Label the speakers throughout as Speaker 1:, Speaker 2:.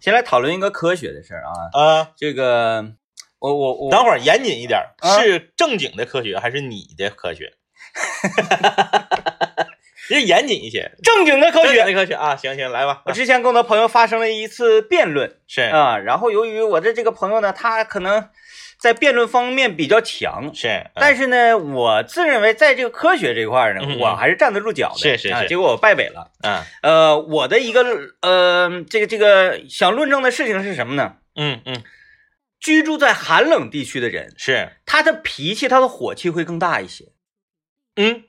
Speaker 1: 先来讨论一个科学的事儿啊，
Speaker 2: 啊，
Speaker 1: 这个我我我
Speaker 2: 等会儿严谨一点儿，
Speaker 1: 啊
Speaker 2: 是正经的科学还是你的科学？ 你严谨一些，
Speaker 1: 正经的科
Speaker 2: 正经
Speaker 1: 学。
Speaker 2: 的科学啊，行行，来吧，
Speaker 1: 我之前跟我的朋友发生了一次辩论
Speaker 2: 是
Speaker 1: 啊，然后由于我的这个朋友呢，他可能在辩论方面比较强，
Speaker 2: 是，嗯
Speaker 1: 但
Speaker 2: 是
Speaker 1: 是呢，我自认为在这个科学这块儿呢，
Speaker 2: 嗯嗯
Speaker 1: 我还是站得住脚的。
Speaker 2: 是是
Speaker 1: 啊，
Speaker 2: 是
Speaker 1: 结果我败北了。
Speaker 2: 嗯
Speaker 1: 呃，我的一个呃，这个这个想论证的事情是什么呢？
Speaker 2: 嗯嗯，
Speaker 1: 居住在寒冷地区的人，
Speaker 2: 是，
Speaker 1: 他的脾气、他的火气会更大一些；
Speaker 2: 嗯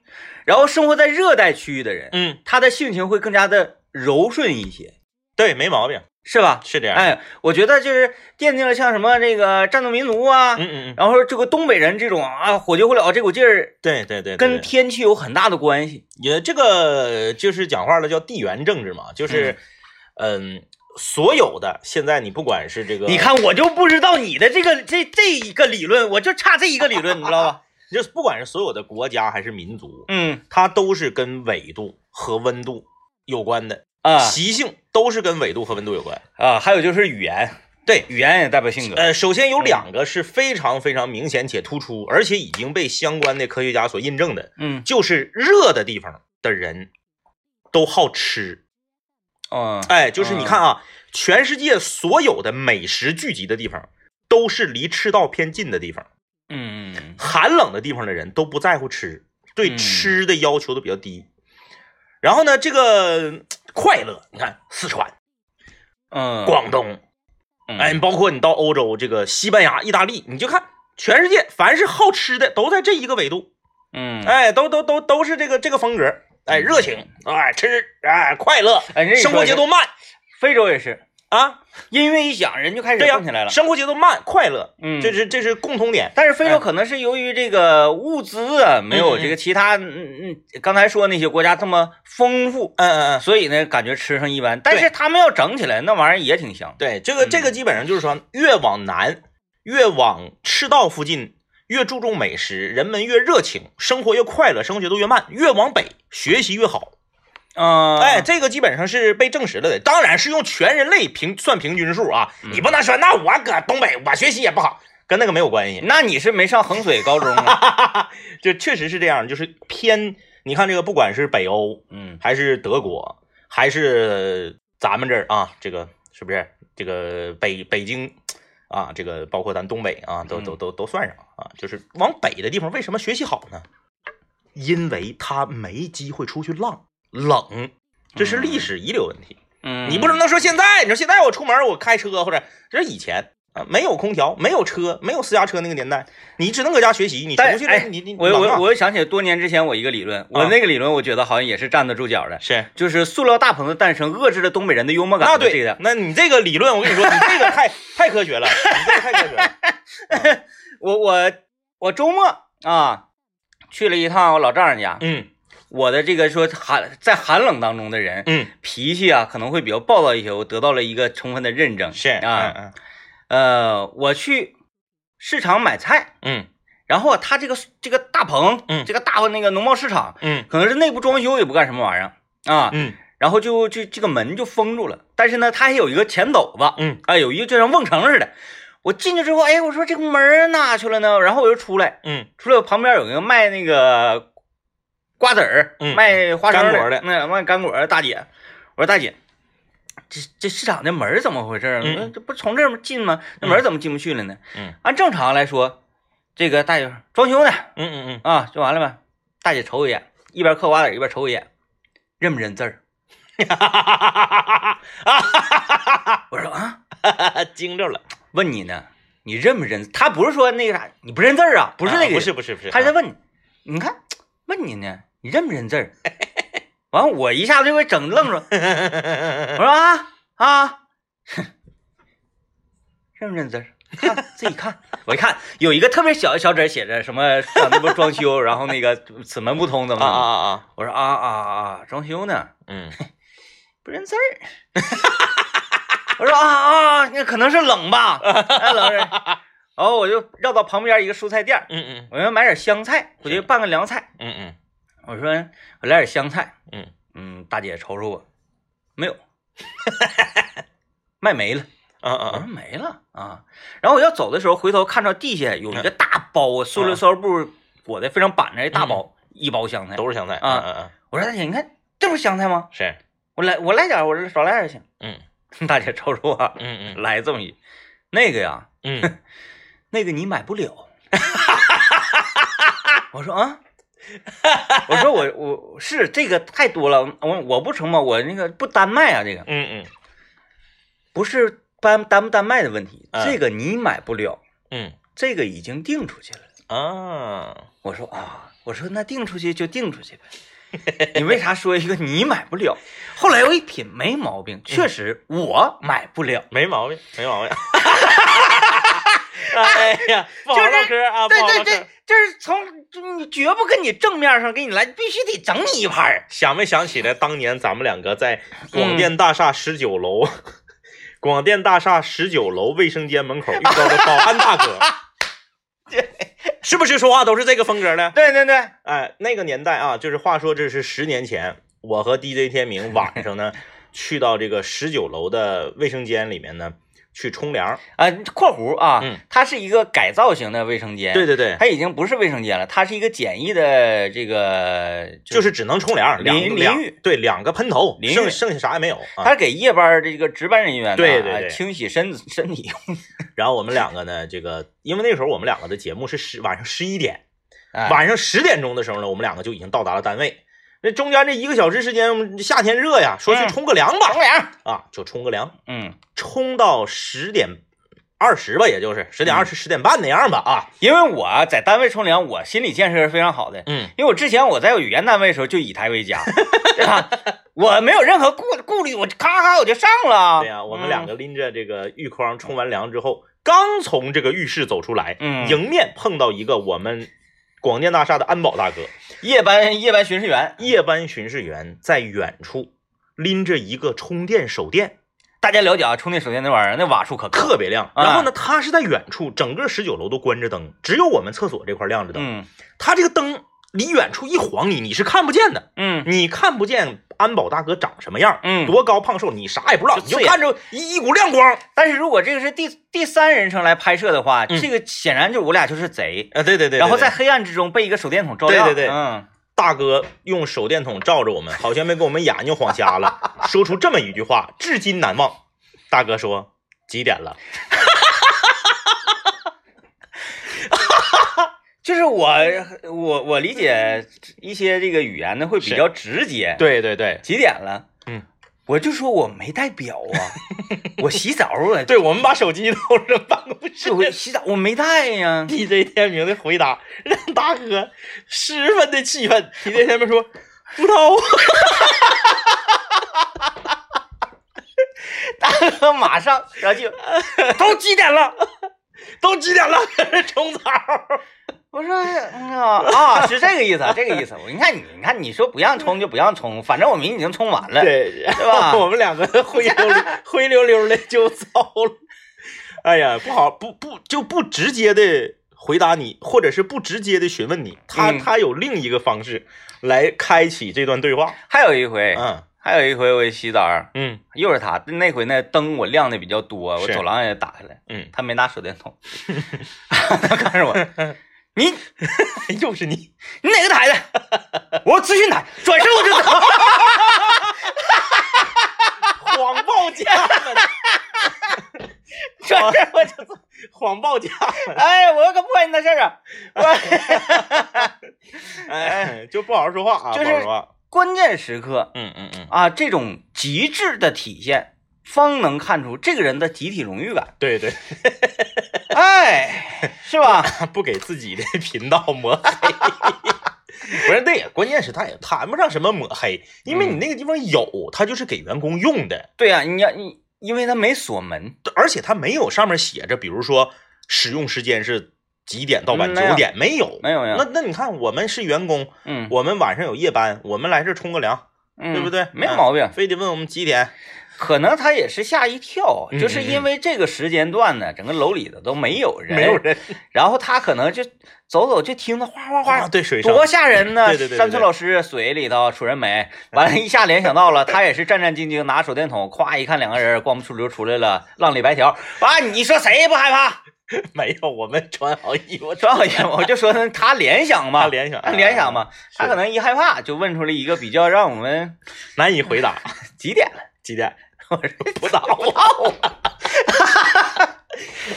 Speaker 1: 然后生活在热带区域的人，
Speaker 2: 嗯，
Speaker 1: 他的性情会更加的柔顺一些，
Speaker 2: 对，没毛病，
Speaker 1: 是吧？
Speaker 2: 是这样，
Speaker 1: 哎，我觉得就是奠定了像什么这个战斗民族啊，
Speaker 2: 嗯嗯嗯，
Speaker 1: 然后这个东北人这种啊火急火燎这股劲儿，
Speaker 2: 对对对，对
Speaker 1: 跟
Speaker 2: 对
Speaker 1: 天气有很大的关系。
Speaker 2: 也这个就是讲话了，叫地缘政治嘛，就是，嗯，所有的现在你不管是这个，
Speaker 1: 你，看，我就不知道你的这个这这一个理论，我就差这一个理论，你知道 吧？
Speaker 2: 就是不管是所有的国家还是民族，
Speaker 1: 嗯
Speaker 2: 它都是跟纬度和温度有关的，
Speaker 1: 啊
Speaker 2: 习性都是跟纬度和温度有关。
Speaker 1: 啊，还有就是语言，
Speaker 2: 对
Speaker 1: 语言也代表性格。
Speaker 2: 呃，首先有两个是非常非常明显且突出，而且已经被相关的科学家所印证的，
Speaker 1: 嗯
Speaker 2: 就是热的地方的人都好吃。
Speaker 1: 嗯
Speaker 2: 哎，就是你看啊，全世界所有的美食聚集的地方，都是离赤道偏近的地方，
Speaker 1: 嗯嗯
Speaker 2: 寒冷的地方的人都不在乎吃，对
Speaker 1: 嗯
Speaker 2: 吃的要求都比较低。然后呢，这个嗯快乐，你看四川、
Speaker 1: 嗯，
Speaker 2: 广东，
Speaker 1: 嗯
Speaker 2: 哎，你包括你到欧洲这个西班牙、意大利，你就看全世界凡是好吃的都在这一个纬度，
Speaker 1: 嗯
Speaker 2: 哎，都都都都是这个这个风格，哎，热情，哎，吃，哎，快乐，
Speaker 1: 哎人家
Speaker 2: 生活
Speaker 1: 说
Speaker 2: 节
Speaker 1: 是
Speaker 2: 奏慢
Speaker 1: 非洲也是，
Speaker 2: 啊，
Speaker 1: 音乐一响，人就开始
Speaker 2: 对呀、
Speaker 1: 动起来了。
Speaker 2: 生活节奏慢，快乐，
Speaker 1: 嗯，
Speaker 2: 这是这是共同点。
Speaker 1: 但是非洲可能是由于这个物资啊，没有
Speaker 2: 嗯
Speaker 1: 这个其他嗯嗯刚才说那些国家这么丰富，
Speaker 2: 嗯嗯嗯，
Speaker 1: 所以呢感觉吃上一般。但是他们要整起来，那玩意儿也挺香。
Speaker 2: 对，这个这
Speaker 1: 嗯
Speaker 2: 个基本上就是说，越往南，越往赤道附近，越注重美食，人们越热情，生活越快乐，生活节奏越慢；越往北，学习越好。
Speaker 1: 嗯，
Speaker 2: 哎，这个基本上是被证实了的，当然是用全人类平算平均数啊。你不能说那我搁东北，我学习也不好，跟那个没有关系。
Speaker 1: 那你是没上衡水高中啊？
Speaker 2: 这确实是这样，就是偏。你看这个，不管是北欧，
Speaker 1: 嗯
Speaker 2: 还是德国，还是咱们这儿啊，这个是不是这个北北京啊，这个包括咱东北啊，都都都都算上啊，就是往北的地方为什么学习好呢？因为他没机会出去浪，冷，这是历史遗留问题。
Speaker 1: 嗯，
Speaker 2: 你不能说现在，你说现在我出门我开车或者这是以前。啊，没有空调，没有车，没有私家车那个年代，你只能搁家学习，你出
Speaker 1: 但
Speaker 2: 去了、
Speaker 1: 哎
Speaker 2: 你你
Speaker 1: 我
Speaker 2: 冷啊
Speaker 1: 我我又想起多年之前我一个理论，我那个理论我觉得好像也是站得住脚的，
Speaker 2: 是
Speaker 1: 就是塑料大棚的诞生遏制了东北人的幽默感。
Speaker 2: 那
Speaker 1: 这
Speaker 2: 啊对
Speaker 1: 个，
Speaker 2: 那你这个理论，我跟你说，你这个太太科学了，你这个太科学了。
Speaker 1: 我我我周末啊去了一趟我老丈人家，
Speaker 2: 嗯
Speaker 1: 我的这个说寒在寒冷当中的人
Speaker 2: 嗯，
Speaker 1: 脾气啊可能会比较暴躁一些，我得到了一个充分的认证。
Speaker 2: 是
Speaker 1: 啊，
Speaker 2: 嗯
Speaker 1: 呃，我去市场买菜，
Speaker 2: 嗯
Speaker 1: 然后啊他这个这个大棚，
Speaker 2: 嗯
Speaker 1: 这个大那个农贸市场，
Speaker 2: 嗯
Speaker 1: 可能是内部装修也不干什么玩意儿啊，
Speaker 2: 嗯
Speaker 1: 然后就就这个门就封住了，但是呢，它还有一个前斗子，
Speaker 2: 嗯
Speaker 1: 啊，有一个就像瓮城似的。我进去之后，哎，我说这个门儿哪去了呢？然后我又出来，
Speaker 2: 嗯
Speaker 1: 出来旁边有一个卖那个瓜子儿、
Speaker 2: 嗯
Speaker 1: 卖花生
Speaker 2: 干果的
Speaker 1: 那卖干果的大姐，我说大姐，这这市场的门儿怎么回事儿？
Speaker 2: 嗯
Speaker 1: 那这不从这儿进吗？那门儿怎么进不去了呢？
Speaker 2: 嗯，
Speaker 1: 按正常来说，这个大姐说装修呢
Speaker 2: 嗯嗯嗯，
Speaker 1: 啊，就完了呗。大姐瞅我一眼，一边嗑瓜子儿一边瞅我一眼，认不认字儿？我说啊，
Speaker 2: 精着了，
Speaker 1: 问你呢，你认不认字？他不是说那个啥，你不认字儿啊，不是那个、
Speaker 2: 不是，不是不是，
Speaker 1: 他在问你，你看，问你呢，你认不认字儿？ 完，我一下子就给整愣住了，我
Speaker 2: 嗯
Speaker 1: 说啊啊， 认不认字儿？看自己看，我一看有一个特别小的小纸儿写着什么，上那不装修， 然后那个此门不通怎
Speaker 2: 啊
Speaker 1: 么
Speaker 2: 啊
Speaker 1: 怎么，
Speaker 2: 啊啊，
Speaker 1: 我说啊啊啊，装修呢，
Speaker 2: 嗯
Speaker 1: 不认字儿。 我说啊啊，那可能是冷吧，哎冷是。然后我就绕到旁边一个蔬菜店儿，
Speaker 2: 嗯嗯
Speaker 1: 我要买点香菜，我就拌个凉菜。
Speaker 2: 嗯嗯
Speaker 1: 我说我来点香菜，
Speaker 2: 嗯
Speaker 1: 嗯，大姐瞅瞅我，没有， 卖没了。
Speaker 2: 啊
Speaker 1: 我
Speaker 2: 啊
Speaker 1: 说没了啊。然后我要走的时候，回头看着地下有一个
Speaker 2: 嗯
Speaker 1: 大包，啊，塑料胶布裹的非常板正，一大包，一包香菜
Speaker 2: 啊，。嗯都是香菜
Speaker 1: 啊
Speaker 2: 嗯嗯，
Speaker 1: 我说大姐，你看这不是香菜吗？
Speaker 2: 是，
Speaker 1: 我来我来点儿，我说少来点儿行。
Speaker 2: 嗯
Speaker 1: 大姐瞅瞅我，
Speaker 2: 嗯
Speaker 1: 来这么一，那个呀，
Speaker 2: 嗯嗯，
Speaker 1: 那个你买不 了。我说啊，我说我我是这个太多了，我我不成吗？我那个不单卖啊，这个
Speaker 2: 嗯嗯
Speaker 1: 不是单单不单卖的问题，
Speaker 2: 嗯
Speaker 1: 这个你买不了，
Speaker 2: 嗯
Speaker 1: 这个已经定出去了。
Speaker 2: 啊，
Speaker 1: 我说啊，我说那定出去就定出去呗，你为啥说一个你买不了？后来我一品没毛病，确实我买不了。
Speaker 2: 没毛病，没毛病。 哎呀，不好唠嗑啊，不
Speaker 1: 对
Speaker 2: 好
Speaker 1: 对
Speaker 2: 唠
Speaker 1: 对
Speaker 2: 嗑。，
Speaker 1: 这是从就绝不跟你正面上给你来，必须得整你一盘儿。
Speaker 2: 想没想起来当年咱们两个在广电大厦十九楼， 广电大厦十九楼卫生间门口遇到的保安大哥？ 对，是不是说话都是这个风格呢？
Speaker 1: 对对对，
Speaker 2: 哎，那个年代啊，就是话说这是十年前，我和 DJ 天明晚上呢去到这个十九楼的卫生间里面呢去冲凉。
Speaker 1: 啊，括弧啊，
Speaker 2: 嗯
Speaker 1: 它是一个改造型的卫生间，
Speaker 2: 对对对，
Speaker 1: 它已经不是卫生间了，它是一个简易的这个，
Speaker 2: 就是是只能冲凉，两
Speaker 1: 淋
Speaker 2: 两
Speaker 1: 淋浴
Speaker 2: 对两个喷头，
Speaker 1: 淋浴
Speaker 2: 剩剩下啥也没有啊。
Speaker 1: 它是给夜班这个值班人员的
Speaker 2: 对对
Speaker 1: 啊
Speaker 2: 对
Speaker 1: 清洗身子身体用
Speaker 2: 然后我们两个呢，这个因为那时候我们两个的节目是十晚上十一点，
Speaker 1: 啊
Speaker 2: 晚上十点钟的时候呢，我们两个就已经到达了单位。那中间这一个小时时间，我们夏天热呀，说去
Speaker 1: 嗯
Speaker 2: 冲个凉吧，
Speaker 1: 冲凉，
Speaker 2: 啊，就冲个凉，
Speaker 1: 嗯，
Speaker 2: 冲到十点二十吧，也就是十点二
Speaker 1: 嗯
Speaker 2: 十、十点半那样吧，啊，
Speaker 1: 因为我啊在单位冲凉，我心理建设是非常好的，
Speaker 2: 嗯，
Speaker 1: 因为我之前我在语言单位的时候就以台为 家，对吧？我没有任何顾顾虑，我咔咔我就上了。嗯
Speaker 2: 对呀、我们两
Speaker 1: 个，
Speaker 2: 个拎着这个浴筐冲完凉之后，刚从这个浴室走出来，
Speaker 1: 嗯
Speaker 2: 迎面碰到一个我们广电大厦的安保大哥，
Speaker 1: 夜班夜班巡视员，
Speaker 2: 夜班巡视员在远处拎着一个充电手电，
Speaker 1: 大家了解啊，充电手电那玩意儿，那瓦数可高。
Speaker 2: 特别亮。
Speaker 1: 啊
Speaker 2: 然后呢，他是在远处，整个十九楼都关着灯，只有我们厕所这块亮着灯。
Speaker 1: 嗯
Speaker 2: 他这个灯离远处一晃你，你是看不见的，
Speaker 1: 嗯，
Speaker 2: 你看不见安保大哥长什么样，
Speaker 1: 嗯
Speaker 2: 多高胖瘦，你啥也不知道，
Speaker 1: 就
Speaker 2: 你就
Speaker 1: 刺眼
Speaker 2: 看着一一股亮光。
Speaker 1: 但是如果这个是第第三人称来拍摄的话，
Speaker 2: 嗯
Speaker 1: 这个显然就我俩就是贼，
Speaker 2: 啊，对对对
Speaker 1: 然
Speaker 2: 然
Speaker 1: 后
Speaker 2: 后
Speaker 1: 在
Speaker 2: 再
Speaker 1: 黑暗之中被一个手电筒照亮。
Speaker 2: 对对对
Speaker 1: 嗯，
Speaker 2: 大哥用手电筒照着我们，好像没给我们眼睛晃瞎 了，说出这么一句话，至今难忘。大哥说几点了？
Speaker 1: 就是我我我理解一些这个语言呢会比
Speaker 2: 是
Speaker 1: 较直接。
Speaker 2: 对对对，
Speaker 1: 几点了？
Speaker 2: 嗯，
Speaker 1: 我就说我没带表 啊，我洗澡了，
Speaker 2: 对我们把手机都扔办公室
Speaker 1: 这。回洗澡我没带 呀。
Speaker 2: DJ 天明的回答让大哥十分的气愤。DJ 天明说：“不知道啊。
Speaker 1: 大哥马上，然后就都几点了？
Speaker 2: 都几点了？冲澡。
Speaker 1: 我说嗯啊啊，是这个意思，这个意思。我你看你，你看你说不让冲就不让冲，反正我明已经冲完”了。
Speaker 2: 对，对
Speaker 1: 吧
Speaker 2: 我们两个 灰溜溜、灰溜溜的就走了。哎呀，不好，不不就不直接的回答你，或者是不直接的询问你，他、
Speaker 1: 嗯
Speaker 2: 他有另一个方式来开启这段对话。
Speaker 1: 还有一回，
Speaker 2: 嗯
Speaker 1: 还有一回我洗澡，
Speaker 2: 嗯
Speaker 1: 又是他。那回那灯我亮的比较多，我
Speaker 2: 是
Speaker 1: 走廊也打开了，
Speaker 2: 嗯，
Speaker 1: 他没拿手电 筒，他看着我，你你
Speaker 2: 又是你，
Speaker 1: 哪个台的？我说资讯台，转身我就 走。
Speaker 2: 谎报家门，
Speaker 1: 转身我就走。
Speaker 2: 谎报 家门。
Speaker 1: 哎，我可不管你那事儿啊！
Speaker 2: 哎，就不好好说话啊，
Speaker 1: 就是
Speaker 2: 不好好说话。
Speaker 1: 关键时刻
Speaker 2: 嗯嗯嗯，。
Speaker 1: 啊，这种极致的体现，方能看出这个人的集体荣誉感
Speaker 2: 对对，
Speaker 1: 哎，是 吧？
Speaker 2: 他不给自己的频道抹黑， 不是对，关键是他也谈不上什么抹黑，因为你那个地方有，他就是给员工用的，
Speaker 1: 对呀、你要你，因为他没锁门，
Speaker 2: 而且他没有上面写着，比如说使用时间是几点到晚
Speaker 1: 嗯没有
Speaker 2: 九点，没有，
Speaker 1: 没有没有
Speaker 2: 那那你看，我们是员工，
Speaker 1: 嗯，
Speaker 2: 我们晚上有夜班，我们来这儿冲个凉，
Speaker 1: 对
Speaker 2: 对不对？啊
Speaker 1: 没毛病
Speaker 2: 嗯。非得问我们几点？
Speaker 1: 可能他也是吓一跳，
Speaker 2: 嗯
Speaker 1: 就是因为这个时间段呢，整个楼里头都没有人，
Speaker 2: 没有人
Speaker 1: 然后他可能就走走就听到哗哗
Speaker 2: 哗，
Speaker 1: 哗，
Speaker 2: 啊对水声，
Speaker 1: 多吓人呢！
Speaker 2: 对对对对
Speaker 1: 山村老师水里头，楚人美，完了，一下联想到了，他也是战战兢兢拿手电筒，咵一看两个人光不出溜出来了，浪里白条，完、你说谁不害怕？
Speaker 2: 没有，我们穿啊好衣服，
Speaker 1: 正好也我就说他联想嘛，
Speaker 2: 他联想
Speaker 1: 他联想嘛，
Speaker 2: 是
Speaker 1: 他可能一害怕就问出了一个比较让我们
Speaker 2: 难以回答。
Speaker 1: 几点了，
Speaker 2: 几点？
Speaker 1: 我说
Speaker 2: 不到。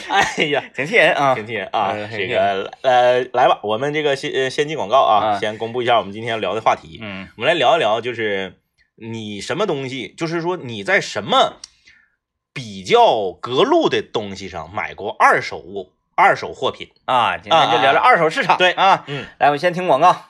Speaker 2: 哎呀，
Speaker 1: 挺气人啊！
Speaker 2: 听听啊
Speaker 1: 哎，
Speaker 2: 这
Speaker 1: 挺
Speaker 2: 个呃，来吧，我们这个先呃先进广告啊，
Speaker 1: 啊
Speaker 2: 先公布一下我们今天要聊的话题。
Speaker 1: 嗯
Speaker 2: 我们来聊一聊，就是你什么东西，就是说你在什么比较隔路的东西上买过二手物、二手货品？
Speaker 1: 啊，今天就聊聊二手市场，
Speaker 2: 对
Speaker 1: 啊，
Speaker 2: 嗯
Speaker 1: 来，我先听广告，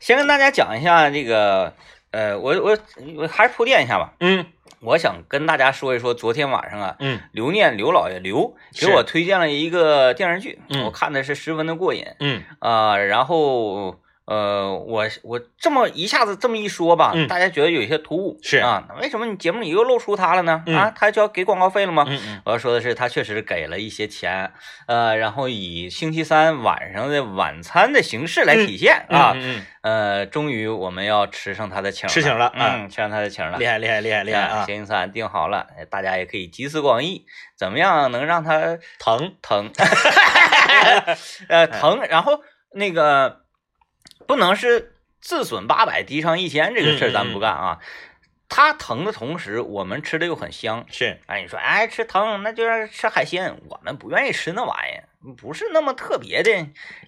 Speaker 1: 先跟大家讲一下这个，呃，我我我还是铺垫一下吧，
Speaker 2: 嗯
Speaker 1: 我想跟大家说一说，昨天晚上啊，
Speaker 2: 嗯
Speaker 1: 刘念刘老爷刘给
Speaker 2: 是
Speaker 1: 我推荐了一个电视剧，
Speaker 2: 嗯
Speaker 1: 我看的是十分的过瘾
Speaker 2: 嗯
Speaker 1: 啊、然后呃，我我这么一下子这么一说吧，
Speaker 2: 嗯
Speaker 1: 大家觉得有些突兀
Speaker 2: 是
Speaker 1: 啊，那为什么你节目里又露出他了呢？
Speaker 2: 嗯
Speaker 1: 啊，他就要给广告费了吗？
Speaker 2: 嗯嗯，
Speaker 1: 我要说的是，他确实给了一些钱，呃，然后以星期三晚上的晚餐的形式来体现、
Speaker 2: 啊
Speaker 1: 啊，，呃，终于我们要吃上他的情了，
Speaker 2: 吃请了啊
Speaker 1: 嗯，吃上他的情了，哎
Speaker 2: 厉害厉害厉害厉害啊！
Speaker 1: 星期三定好了，哎大家也可以集思广益，怎么样能让它
Speaker 2: 疼，
Speaker 1: 疼？
Speaker 2: 哎
Speaker 1: 呃，疼，然后那个不能是自损八百，敌伤一千，这个事
Speaker 2: 嗯
Speaker 1: 儿
Speaker 2: 嗯
Speaker 1: 咱不干啊。它疼的同时，我们吃的又很香。
Speaker 2: 是
Speaker 1: 哎，你说，哎，吃疼，那就让吃海鲜，我们不愿意吃那玩意儿，不是那么特别的，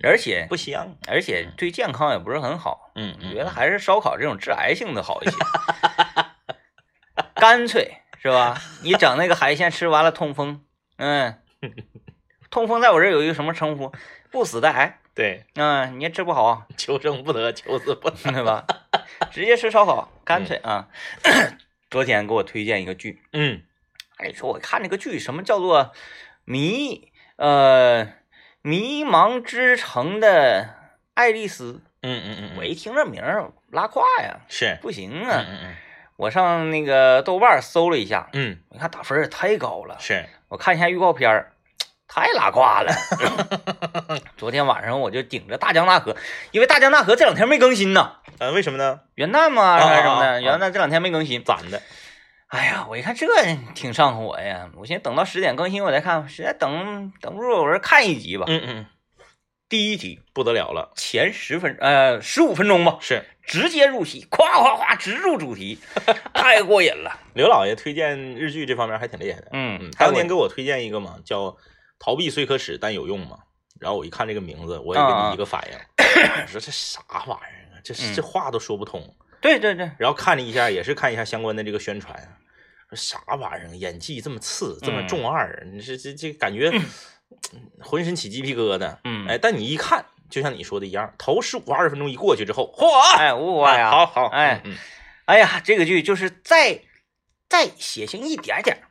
Speaker 1: 而且
Speaker 2: 不香。
Speaker 1: 而且对健康也不是很好。
Speaker 2: 嗯
Speaker 1: 我觉得还是烧烤这种致癌性的好一些， 干脆是吧？你整那个海鲜吃完了痛风，嗯，痛风在我这儿有一个什么称呼？不死的癌，
Speaker 2: 对，
Speaker 1: 嗯，你也治不好，
Speaker 2: 求生不得，求死不能。
Speaker 1: 对吧？ 直接吃烧烤，干脆啊。 昨天给我推荐一个剧，
Speaker 2: 嗯
Speaker 1: 哎，说我看这个剧，什么叫做迷呃迷茫之城的爱丽丝？
Speaker 2: 嗯嗯嗯，
Speaker 1: 我一听这名儿拉胯呀，
Speaker 2: 是，
Speaker 1: 不行
Speaker 2: 嗯
Speaker 1: 啊。
Speaker 2: 嗯
Speaker 1: 我上那个豆瓣搜了一下，
Speaker 2: 嗯
Speaker 1: 我看打分也太高了
Speaker 2: 嗯，。是，
Speaker 1: 我看一下预告片儿，太拉胯 了。昨天晚上我就顶着大江大河，因为大江大河这两天没更新呢，
Speaker 2: 呃，为什么呢？
Speaker 1: 元旦嘛
Speaker 2: 啊
Speaker 1: 还是什么
Speaker 2: 啊啊
Speaker 1: 的，元旦这两天没更新。
Speaker 2: 攒的，
Speaker 1: 哎呀，我一看这挺上火呀，我寻思等到十点更新我再看，实在等等不住，我说看一集吧。
Speaker 2: 嗯嗯，
Speaker 1: 第一集
Speaker 2: 不得了了，
Speaker 1: 前十分呃十五分钟吧，
Speaker 2: 是
Speaker 1: 直接入戏，夸夸夸直入主 题，太过瘾了。
Speaker 2: 刘老爷推荐日剧这方面还挺厉害的。
Speaker 1: 嗯，
Speaker 2: 当
Speaker 1: 太过
Speaker 2: 年
Speaker 1: 瘾
Speaker 2: 给我推荐一个嘛，叫《逃避虽可耻但有用》嘛。然后我一看这个名字，我也跟
Speaker 1: 啊
Speaker 2: 你
Speaker 1: 啊
Speaker 2: 一个反 应，我说这啥玩意儿啊？这
Speaker 1: 嗯
Speaker 2: 这话都说不通。
Speaker 1: 对对对，
Speaker 2: 然后看了一下，也是看一下相关的这个宣传，啊说啥玩意儿啊？演技这么次，这么
Speaker 1: 嗯
Speaker 2: 中二，啊你这这这感觉浑身起鸡皮疙瘩。
Speaker 1: 嗯
Speaker 2: 哎，但你一看，就像你说的一样，头十五二十分钟一过去之后，嚯！
Speaker 1: 哎，我呀，
Speaker 2: 啊好好，
Speaker 1: 哎
Speaker 2: 嗯，
Speaker 1: 哎呀，这个剧就是再再血腥一点点儿，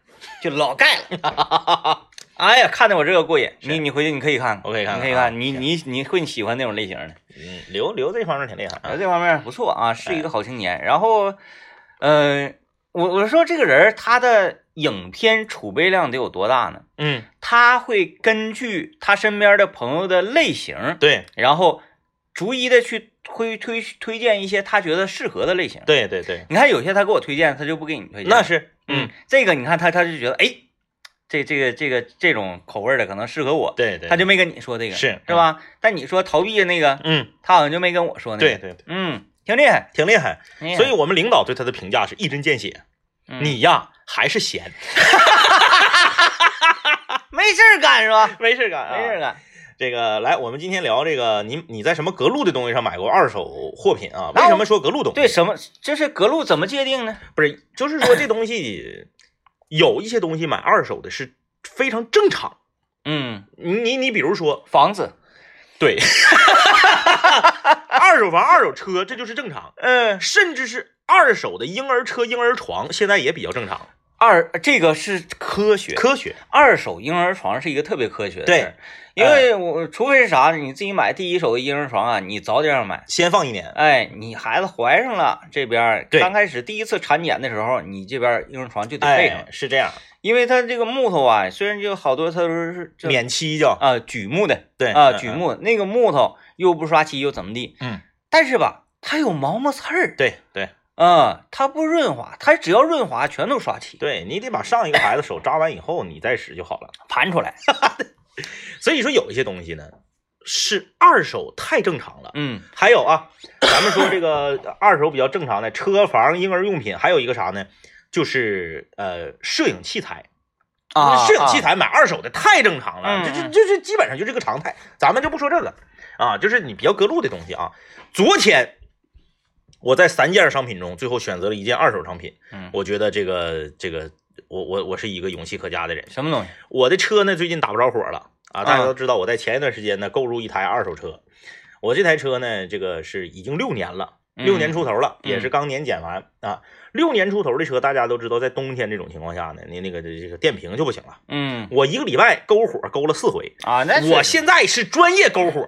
Speaker 1: 就老盖了。 哎呀，看得我这个过瘾。
Speaker 2: 是
Speaker 1: 你你回去你可以看，
Speaker 2: 我可以看
Speaker 1: 你可以
Speaker 2: 看啊
Speaker 1: 看，你你你会喜欢那种类型的。
Speaker 2: 嗯，嗯刘刘这方面挺厉害
Speaker 1: 呃，
Speaker 2: 啊，哎
Speaker 1: 这方面不错啊，是一个好青年。然后，呃，我我说这个人儿他的影片储备量得有多大呢？
Speaker 2: 嗯，
Speaker 1: 他会根据他身边的朋友的类型，
Speaker 2: 对
Speaker 1: 然后逐一的去推推推荐一些他觉得适合的类型。
Speaker 2: 对对对，
Speaker 1: 你看有些他给我推荐，他就不给你推荐。
Speaker 2: 那，是，
Speaker 1: 哎嗯，，这个你看他他就觉得，哎，这这个这个这种口味的可能适合我，
Speaker 2: 对对，
Speaker 1: 他就没跟你说这个，
Speaker 2: 是
Speaker 1: 是吧？但你说逃避的那个，
Speaker 2: 嗯，
Speaker 1: 他好像就没跟我说那个。
Speaker 2: 对，对对，
Speaker 1: 嗯，挺厉害，
Speaker 2: 挺厉害。
Speaker 1: 挺厉害
Speaker 2: 所以我们领导对他的评价是一针见血，
Speaker 1: 哎嗯
Speaker 2: 你呀还是闲，
Speaker 1: 没事儿干是吧？
Speaker 2: 没事干
Speaker 1: 没事儿。干，啊
Speaker 2: 这个来，我们今天聊这个，你你在什么隔路的东西上买过二手货品啊？为
Speaker 1: 然后
Speaker 2: 什么说隔路东西？
Speaker 1: 对，什么？这是隔路怎么界定呢？
Speaker 2: 不是，就是说这东西有一些东西买二手的是非常正常。
Speaker 1: 嗯，
Speaker 2: 你你你比如说，
Speaker 1: 房子，
Speaker 2: 对， 二手房、二手车，这就是正常。
Speaker 1: 嗯
Speaker 2: 甚至是二手的婴儿车、婴儿床，现在也比较正常。
Speaker 1: 二这个是科学，
Speaker 2: 科学，
Speaker 1: 二手婴儿床是一个特别科学的
Speaker 2: 对
Speaker 1: 事儿，因为我除非是啥，你自己买第一手的婴儿床啊，你早点买。
Speaker 2: 先放一年，
Speaker 1: 哎，你孩子怀上了这边儿，
Speaker 2: 对
Speaker 1: 刚开始第一次产检的时候，你这边儿婴儿床就得备上
Speaker 2: 哎，，是这样，
Speaker 1: 因为它这个木头啊，虽然就好多它都是这
Speaker 2: 免期叫
Speaker 1: 啊榉木的
Speaker 2: 对
Speaker 1: 啊
Speaker 2: 嗯
Speaker 1: 榉
Speaker 2: 嗯
Speaker 1: 木那个木头又不刷漆又怎么地，
Speaker 2: 嗯，
Speaker 1: 但是吧，它有毛毛刺儿，
Speaker 2: 对对
Speaker 1: 啊，它不润滑，它只要润滑全都刷漆
Speaker 2: 对，你得把上一个孩子手扎完以后，你再使就好了。
Speaker 1: 盘出来，
Speaker 2: 所以说有一些东西呢是二手太正常了。
Speaker 1: 嗯
Speaker 2: 还有啊，咱们说这个二手比较正常的车房、婴儿用品，还有一个啥呢？就是呃，摄影器材。
Speaker 1: 啊，
Speaker 2: 摄影器
Speaker 1: 啊
Speaker 2: 材买二手的太正常了，
Speaker 1: 嗯
Speaker 2: 这这
Speaker 1: 嗯
Speaker 2: 这这基本上就是个常态。咱们就不说这个啊，就是你比较隔路的东西啊。昨天我在三件商品中，最后选择了一件二手商品。
Speaker 1: 嗯
Speaker 2: 我觉得这个这个，我我我是一个勇气可嘉的人。
Speaker 1: 什么东西？
Speaker 2: 我的车呢，最近打不着火了啊！大家都知道，我在前一段时间呢购入一台二手车。我这台车呢，这个是已经六年了，
Speaker 1: 嗯
Speaker 2: 六年出头了，
Speaker 1: 嗯
Speaker 2: 也是刚年检完啊。六年出头的车，大家都知道，在冬天这种情况下呢，你那个这个电瓶就不行了。
Speaker 1: 嗯
Speaker 2: 我一个礼拜篝火篝了四回，
Speaker 1: 啊，那
Speaker 2: 我
Speaker 1: 是
Speaker 2: 现在是专业篝火。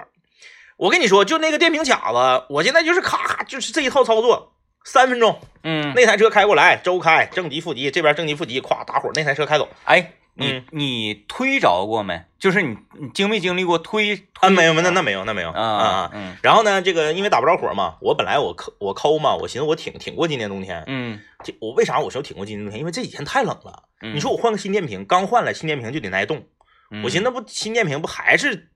Speaker 2: 我跟你说，就那个电瓶卡子，我现在就是咔咔，就是这一套操作，三分钟，
Speaker 1: 嗯
Speaker 2: 那台车开过来，周开正极负极，这边正极负极，咵打火，那台车开走。
Speaker 1: 哎，你
Speaker 2: 嗯
Speaker 1: 你推着过没？就是你你经没经历过推？推
Speaker 2: 啊，没有，那那没有，那没有
Speaker 1: 啊
Speaker 2: 啊。
Speaker 1: 嗯
Speaker 2: 然后呢，这个因为打不着火嘛，我本来我抠我抠嘛，我寻思我挺挺过今年冬天。
Speaker 1: 嗯，
Speaker 2: 挺我为啥我说挺过今年冬天？因为这几天太冷了。
Speaker 1: 嗯
Speaker 2: 你说我换个新电瓶，刚换来新电瓶就得耐冻，我寻思不新电瓶不还是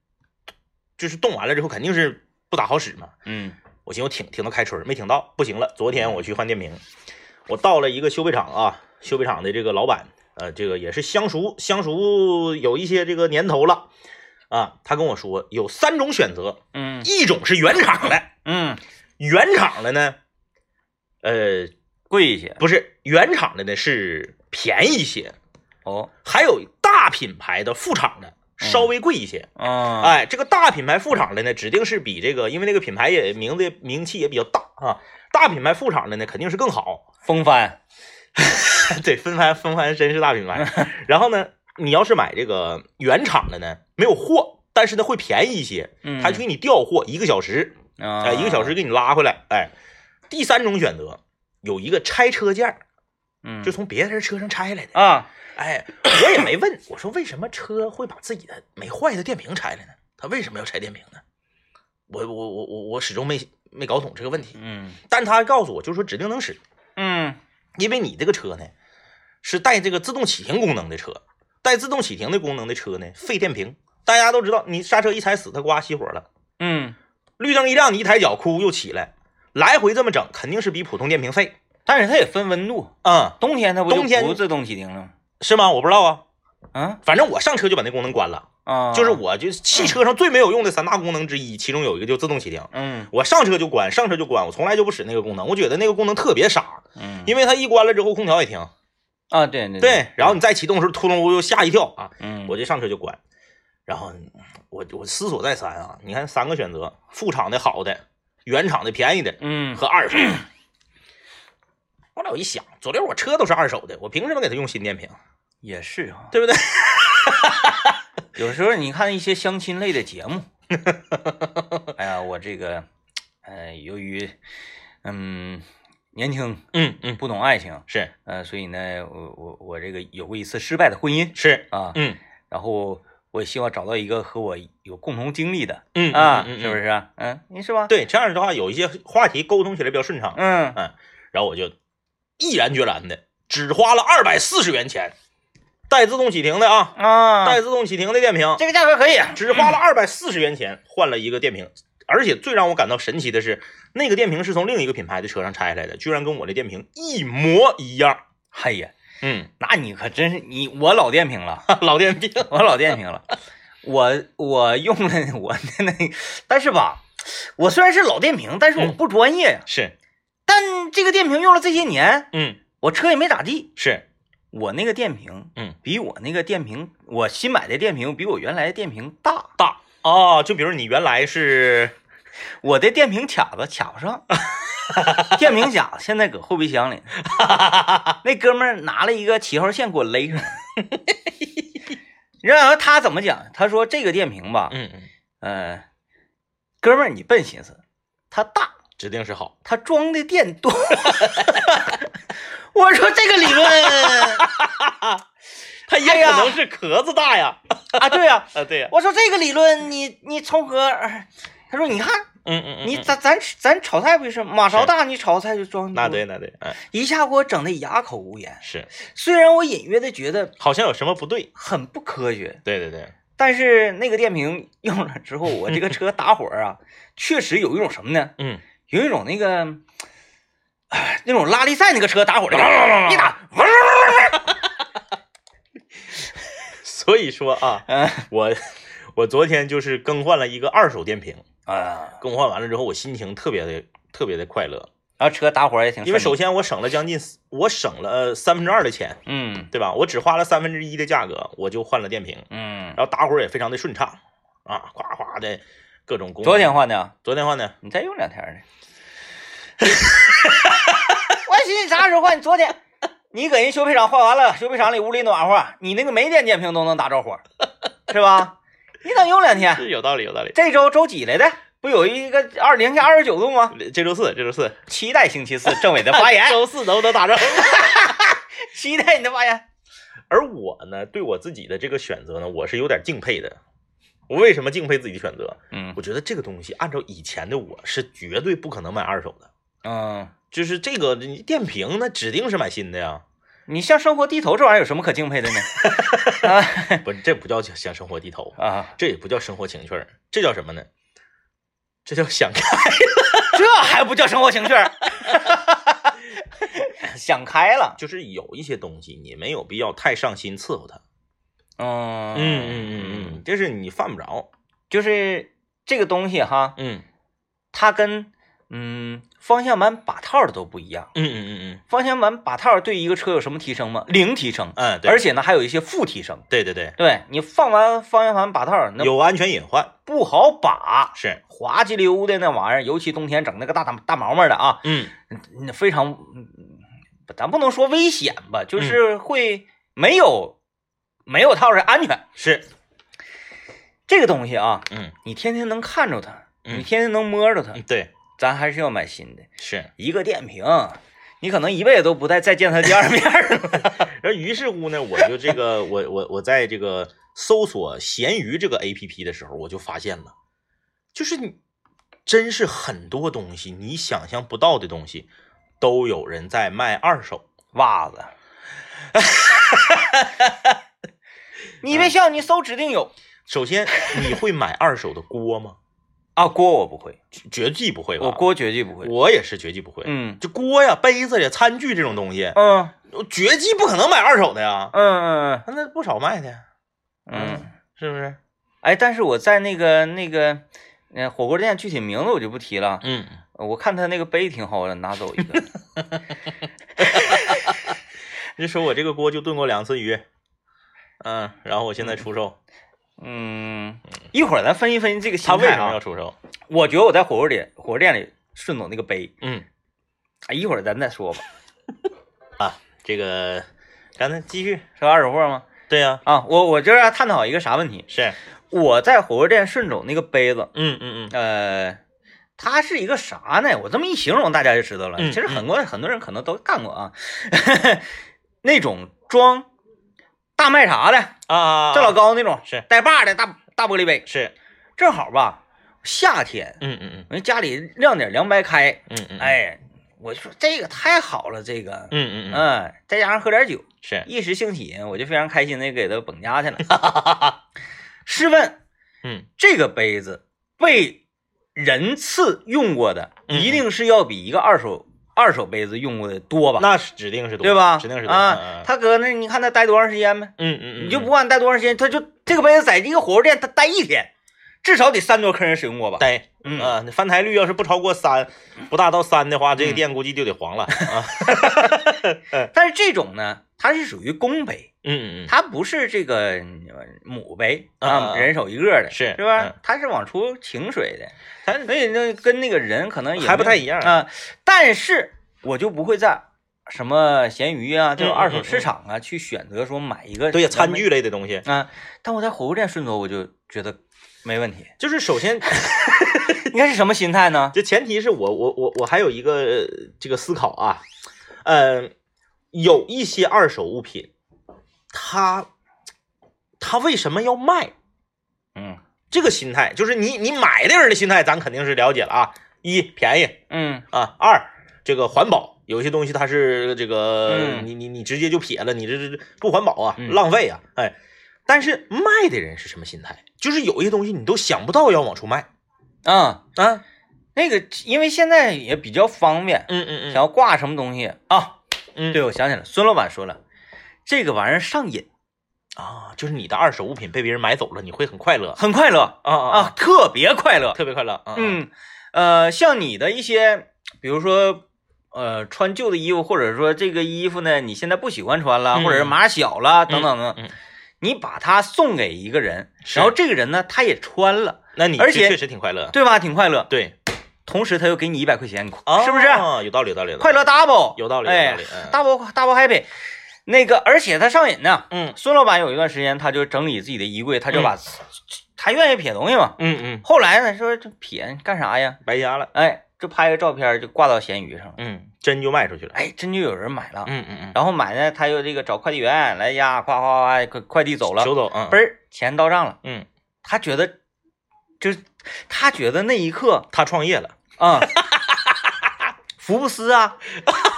Speaker 2: 就是冻完了之后肯定是不咋好使嘛。
Speaker 1: 嗯
Speaker 2: 我寻思我挺挺到开春儿没挺到，不行了。昨天我去换电瓶，我到了一个修配厂啊，修配厂的这个老板，呃，这个也是相熟相熟有一些这个年头了啊，他跟我说有三种选择，
Speaker 1: 嗯
Speaker 2: 一种是原厂的，
Speaker 1: 嗯，
Speaker 2: 原厂的呢，呃，
Speaker 1: 贵一些
Speaker 2: 不是原厂的呢是便宜一些，
Speaker 1: 哦，
Speaker 2: 还有大品牌的副厂的稍微贵一些。
Speaker 1: 嗯
Speaker 2: 哎，这个大品牌副厂的呢，指定是比这个，因为那个品牌也名字也名气也比较大啊。大品牌副厂的呢，肯定是更好。
Speaker 1: 风帆，
Speaker 2: 对，纷繁纷繁真是大 品牌。然后呢，你要是买这个原厂的呢，没有货，但是呢会便宜一些，
Speaker 1: 嗯，
Speaker 2: 他就给你调货一个小时，
Speaker 1: 啊、
Speaker 2: 哎，一个小时，给你拉回来。哎，第三种选择有一个拆车件儿，
Speaker 1: 嗯，
Speaker 2: 就从别人车上拆来的。
Speaker 1: 啊，
Speaker 2: 哎，我也没问，我说为什么车会把自己的没坏的电瓶拆了呢？他为什么要拆电瓶呢？我我我我我始终没没搞懂这个问题。
Speaker 1: 嗯
Speaker 2: 但他告诉我，就是说指定能使，
Speaker 1: 嗯
Speaker 2: 因为你这个车呢是带这个自动启停功能的车，带自动启停的功能的车呢费电瓶。大家都知道，你刹车一踩死，它呱熄火了。
Speaker 1: 嗯，
Speaker 2: 绿灯一亮，你一抬脚，哭又起来，来回这么整，肯定是比普通电瓶费。
Speaker 1: 但是它也分温度，
Speaker 2: 嗯，
Speaker 1: 冬天它不就
Speaker 2: 冬天
Speaker 1: 不自动启停了吗？
Speaker 2: 是吗？我不知道啊，
Speaker 1: 啊
Speaker 2: 反正我上车就把那功能关了。
Speaker 1: 啊，
Speaker 2: 就是，我就是汽车上最没有用的三大功能之一，其中有一个就自动启停。
Speaker 1: 嗯
Speaker 2: 我上车就关，上车就关，我从来就不使那个功能。我觉得那个功能特别傻，
Speaker 1: 嗯，
Speaker 2: 因为它一关了之后空调也停，
Speaker 1: 啊，对对
Speaker 2: 对，然后你再启动的时候，突隆又吓一跳啊！
Speaker 1: 嗯，
Speaker 2: 我就上车就关，然后我我思索再三啊，你看三个选择：副厂的好的、原厂的便宜的
Speaker 1: 嗯
Speaker 2: 和二手的。后来我一想，左溜我车都是二手的，我凭什么给他用新电瓶？
Speaker 1: 也是啊，
Speaker 2: 对不对？
Speaker 1: 有时候你看一些相亲类的节目， 哎呀，我这个，呃，由于嗯年轻
Speaker 2: 嗯嗯，
Speaker 1: 不懂爱情，
Speaker 2: 是
Speaker 1: 呃，所以呢，我我我这个有过一次失败的婚姻
Speaker 2: 是，
Speaker 1: 啊，
Speaker 2: 嗯
Speaker 1: 然后我希望找到一个和我有共同经历的
Speaker 2: 嗯
Speaker 1: 啊，
Speaker 2: 嗯嗯嗯
Speaker 1: 是不是啊？嗯，你是吧？，
Speaker 2: 对，这样的话有一些话题沟通起来比较顺畅。
Speaker 1: 嗯
Speaker 2: 然后我就毅然决然的只花了二百四十元钱，带自动启停的啊，
Speaker 1: 啊，
Speaker 2: 带自动启停的电瓶，
Speaker 1: 这个价格可以，
Speaker 2: 只花了二百四十元钱换了一个电瓶。而且最让我感到神奇的是，那个电瓶是从另一个品牌的车上拆下来的，居然跟我的电瓶一模一样。
Speaker 1: 哎呀，
Speaker 2: 嗯，
Speaker 1: 那你可真是你我老电瓶了。
Speaker 2: 老电瓶。
Speaker 1: 我老电瓶了，我我用了我的那，但是吧，我虽然是老电瓶，但是我不专业呀、
Speaker 2: 是，
Speaker 1: 但这个电瓶用了这些年，
Speaker 2: 嗯，
Speaker 1: 我车也没咋地。
Speaker 2: 是，
Speaker 1: 我那个电瓶，
Speaker 2: 嗯，
Speaker 1: 比我那个电瓶，我新买的电瓶比我原来的电瓶大。
Speaker 2: 大哦。就比如你原来是
Speaker 1: 我的电瓶卡子卡不上，电明甲现在搁后备箱里，那哥们儿拿了一个七号线给我勒上。 然后他怎么讲？他说这个电瓶吧，
Speaker 2: 嗯，嗯，
Speaker 1: 嗯，哥们儿你笨，寻思它大，
Speaker 2: 指定是好。
Speaker 1: 它装的电多。 我说这个理论
Speaker 2: 它也可能是壳子大呀。
Speaker 1: 啊，对呀、
Speaker 2: 啊，哎对呀、
Speaker 1: 我说这个理论你你从何而？他说你看
Speaker 2: 嗯嗯嗯，
Speaker 1: 你
Speaker 2: 嗯
Speaker 1: 咱咱咱炒菜不就是马勺大，你炒菜就装
Speaker 2: 那
Speaker 1: 多
Speaker 2: 对那对，嗯，
Speaker 1: 一下给我整的哑口无言。
Speaker 2: 是，
Speaker 1: 虽然我隐约的觉得
Speaker 2: 好像有什么不对。
Speaker 1: 很不科学，
Speaker 2: 对对对，
Speaker 1: 但是那个电瓶用了之后，我这个车打火啊， 确实有一种什么呢？
Speaker 2: 嗯，
Speaker 1: 有一种那个，哎，那种拉力赛那个车打 火的，一打，嗡
Speaker 2: 所以说啊，
Speaker 1: 嗯
Speaker 2: 我我昨天就是更换了一个二手电瓶，
Speaker 1: 啊，
Speaker 2: 更换完了之后，我心情特别的特别的快乐，
Speaker 1: 然后车打火也挺顺利，
Speaker 2: 因为首先我省了将近四我省了呃三分之二的钱，
Speaker 1: 嗯
Speaker 2: 对吧？我只花了三分之一的价格，我就换了电瓶，
Speaker 1: 嗯，
Speaker 2: 然后打火也非常的顺畅啊，夸夸的各种功能。
Speaker 1: 昨天换的啊，
Speaker 2: 昨天换的，
Speaker 1: 你再用两天呢。 我寻思啥时候换？你昨天 你搁人修配厂换完了，修配厂里屋里暖和，你那个没电电瓶都能打着火，是吧？你等用两天，
Speaker 2: 是有道理有道理。
Speaker 1: 这周周几来的？不有一个二零下二十九度吗？
Speaker 2: 这周四，这周四，
Speaker 1: 期待星期四政委的发 言，
Speaker 2: 周四能不能 打着？
Speaker 1: 期待你的发言。
Speaker 2: 而我呢，对我自己的这个选择呢，我是有点敬佩的。我为什么敬佩自己的选择？
Speaker 1: 嗯
Speaker 2: 我觉得这个东西按照以前的我是绝对不可能买二手的，
Speaker 1: 嗯，
Speaker 2: 就是这个你电瓶那指定是买新的呀，
Speaker 1: 你像生活地头这玩意儿有什么可敬佩 的呢？
Speaker 2: 不，这不叫想生活低头，
Speaker 1: 啊，
Speaker 2: 这也不叫生活情趣儿，这叫什么呢？这叫想开。
Speaker 1: 这还不叫生活情趣儿？ 想开了，
Speaker 2: 就是有一些东西你没有必要太上心伺候它。
Speaker 1: 嗯
Speaker 2: 嗯嗯，这是你犯不着。
Speaker 1: 就是这个东西哈，
Speaker 2: 嗯
Speaker 1: 它跟嗯方向盘把套的都不一样。
Speaker 2: 嗯嗯嗯
Speaker 1: 方向盘把套对一个车有什么提升吗？零提升
Speaker 2: 嗯，，嗯，对，
Speaker 1: 而且呢还有一些负提升。
Speaker 2: 对对对，
Speaker 1: 对你放完方向盘把套，那
Speaker 2: 有安全隐患
Speaker 1: 不好把，
Speaker 2: 是。
Speaker 1: 滑稽溜的那玩意儿，尤其冬天整那个大大大毛毛的啊，
Speaker 2: 嗯
Speaker 1: 那非常，嗯咱不能说危险吧，就是会没有、没有套是安全。
Speaker 2: 是，
Speaker 1: 这个东西啊，
Speaker 2: 嗯
Speaker 1: 你天天能看着它，
Speaker 2: 嗯
Speaker 1: 你天天能摸着它，
Speaker 2: 嗯对
Speaker 1: 咱还是要买新的。
Speaker 2: 是。
Speaker 1: 一个电瓶，你可能一辈子都不再再见它第二面了。
Speaker 2: 然后于是乎呢，我就这个我我我在这个搜索闲鱼这个 A P P 的时候，我就发现了，就是你真是很多东西你想象不到的东西，都有人在卖二手。
Speaker 1: 袜子，你别笑，你搜指定有
Speaker 2: 首先，你会买二手的锅吗？
Speaker 1: 啊。锅我不会，
Speaker 2: 绝绝技不会吧？
Speaker 1: 我锅绝对不会。
Speaker 2: 啊我也是绝技不会。
Speaker 1: 嗯
Speaker 2: 就锅呀、杯子呀、餐具这种东西，
Speaker 1: 嗯
Speaker 2: 我绝技不可能买二手的呀
Speaker 1: 嗯，嗯
Speaker 2: 那不少卖的呀，
Speaker 1: 嗯嗯，
Speaker 2: 是不是？
Speaker 1: 哎，但是我在那个那个。嗯，火锅店具体名字我就不提了。呃
Speaker 2: 嗯，
Speaker 1: 我看他那个杯挺好的，拿走一个。 嗯
Speaker 2: 你说我这个锅就炖过两次鱼，嗯，然后我现在出售，
Speaker 1: 嗯，一会儿咱分析分析这个心
Speaker 2: 他为
Speaker 1: 态
Speaker 2: 什么要
Speaker 1: 啊。
Speaker 2: 出售？
Speaker 1: 我觉得我在火锅店火锅店里顺走那个杯，
Speaker 2: 嗯，
Speaker 1: 哎，一会儿咱再说吧。
Speaker 2: 这个刚才继续，
Speaker 1: 是二手货吗？
Speaker 2: 对呀、
Speaker 1: 啊，我我就是要探讨一个啥问题？
Speaker 2: 是，
Speaker 1: 我在火锅店顺走那个杯子，
Speaker 2: 嗯嗯嗯，
Speaker 1: 呃，它是一个啥呢？我这么一形容，大家就知道了。
Speaker 2: 嗯
Speaker 1: 其实很多很多人可能都干过啊， 那种装大麦茶的，
Speaker 2: 啊，
Speaker 1: 这老高那种
Speaker 2: 是
Speaker 1: 带把儿的大大玻璃杯，
Speaker 2: 是，
Speaker 1: 正好吧，夏天，
Speaker 2: 嗯嗯
Speaker 1: 我家里晾点凉白开，
Speaker 2: 嗯嗯嗯，，
Speaker 1: 哎，我就说这个太好了，这个，
Speaker 2: 嗯嗯哎嗯，
Speaker 1: 嗯，再加上喝点酒，
Speaker 2: 是，
Speaker 1: 一时兴起，我就非常开心的给他捧家去了。 试问
Speaker 2: 嗯
Speaker 1: 这个杯子被人次用过的，
Speaker 2: 嗯
Speaker 1: 一定是要比一个二手二手杯子用过的多吧？
Speaker 2: 那是指定是多，
Speaker 1: 对吧？
Speaker 2: 指定是多
Speaker 1: 啊，，他搁那，你看他待多长时间呗？
Speaker 2: 嗯嗯嗯，
Speaker 1: 你就不管待多长时间，他就这个杯子在一个火锅店，他待一天，至少得三桌客人使用过吧？
Speaker 2: 呆。
Speaker 1: 嗯，
Speaker 2: 啊，嗯那翻台率要是不超过三，不大到三的话，这个店估计就得黄了啊。
Speaker 1: 呃但是这种呢，它是属于公杯，
Speaker 2: 嗯嗯嗯，
Speaker 1: 它不是这个呃母杯
Speaker 2: 啊
Speaker 1: 啊，人手一个的，
Speaker 2: 是
Speaker 1: 是吧
Speaker 2: 嗯？
Speaker 1: 它是往出请水的，
Speaker 2: 它
Speaker 1: 所以那跟那个人可能也
Speaker 2: 还不
Speaker 1: 没有
Speaker 2: 太一样
Speaker 1: 啊。但是我就不会在什么闲鱼啊，这种
Speaker 2: 嗯嗯
Speaker 1: 二手市场啊，去选择说买一个
Speaker 2: 对呀，餐
Speaker 1: 什么
Speaker 2: 具类的东西，
Speaker 1: 啊。但我在火锅店顺走，我就觉得没问题。
Speaker 2: 就是首先
Speaker 1: 应该是什么心态呢？
Speaker 2: 这前提是我我我我还有一个呃这个思考啊，呃，有一些二手物品，它它为什么要卖？
Speaker 1: 嗯
Speaker 2: 这个心态就是你你买的人的心态，咱肯定是了解了啊。一便宜
Speaker 1: 嗯
Speaker 2: 啊，二这个环保，有些东西它是这个、
Speaker 1: 嗯
Speaker 2: 你你你直接就撇了，你这这这不环保啊，
Speaker 1: 嗯
Speaker 2: 浪费啊，哎。但是卖的人是什么心态？就是有一些东西你都想不到要往出卖
Speaker 1: 啊，
Speaker 2: 啊，
Speaker 1: 那个因为现在也比较方便，
Speaker 2: 嗯嗯
Speaker 1: 想要挂什么东西啊？
Speaker 2: 嗯
Speaker 1: 对，我想起来了，孙老板说了，这个玩意儿上瘾，
Speaker 2: 啊，就是你的二手物品被别人买走了，你会很快乐
Speaker 1: 很快乐
Speaker 2: 啊啊
Speaker 1: 啊，特别快乐。
Speaker 2: 特别快乐啊，
Speaker 1: 嗯，呃，像你的一些，比如说。呃，穿旧的衣服，或者说这个衣服呢，你现在不喜欢穿了，
Speaker 2: 嗯
Speaker 1: 或者是码小了，等等等等，
Speaker 2: 嗯嗯
Speaker 1: 你把它送给一个人，
Speaker 2: 是
Speaker 1: 然后这个人呢，他也穿了，
Speaker 2: 那你
Speaker 1: 而且
Speaker 2: 确实挺快乐，
Speaker 1: 对吧？挺快乐。
Speaker 2: 对，
Speaker 1: 同时他又给你一百块钱，你
Speaker 2: 啊，
Speaker 1: 是不是？
Speaker 2: 有道理有道理，有道理
Speaker 1: 快乐 double，
Speaker 2: 有道理有道
Speaker 1: 哎
Speaker 2: 理，嗯
Speaker 1: ，double double happy，那个而且他上瘾呢。
Speaker 2: 嗯
Speaker 1: 孙老板有一段时间，他就整理自己的衣柜，他就把、他愿意撇东西嘛。
Speaker 2: 嗯嗯，
Speaker 1: 后来呢，说这撇干啥呀？
Speaker 2: 白瞎了，
Speaker 1: 哎，就拍个照片就挂到闲鱼上了，
Speaker 2: 嗯，真就卖出去了，
Speaker 1: 哎，真就有人买了。
Speaker 2: 嗯嗯嗯，
Speaker 1: 然后买呢，他又这个找快递员来家，夸夸夸，快快递走了，
Speaker 2: 收走，嗯
Speaker 1: 嘣儿钱到账了。
Speaker 2: 嗯，
Speaker 1: 他觉得，就是他觉得那一刻
Speaker 2: 他创业了，
Speaker 1: 啊，福布斯啊，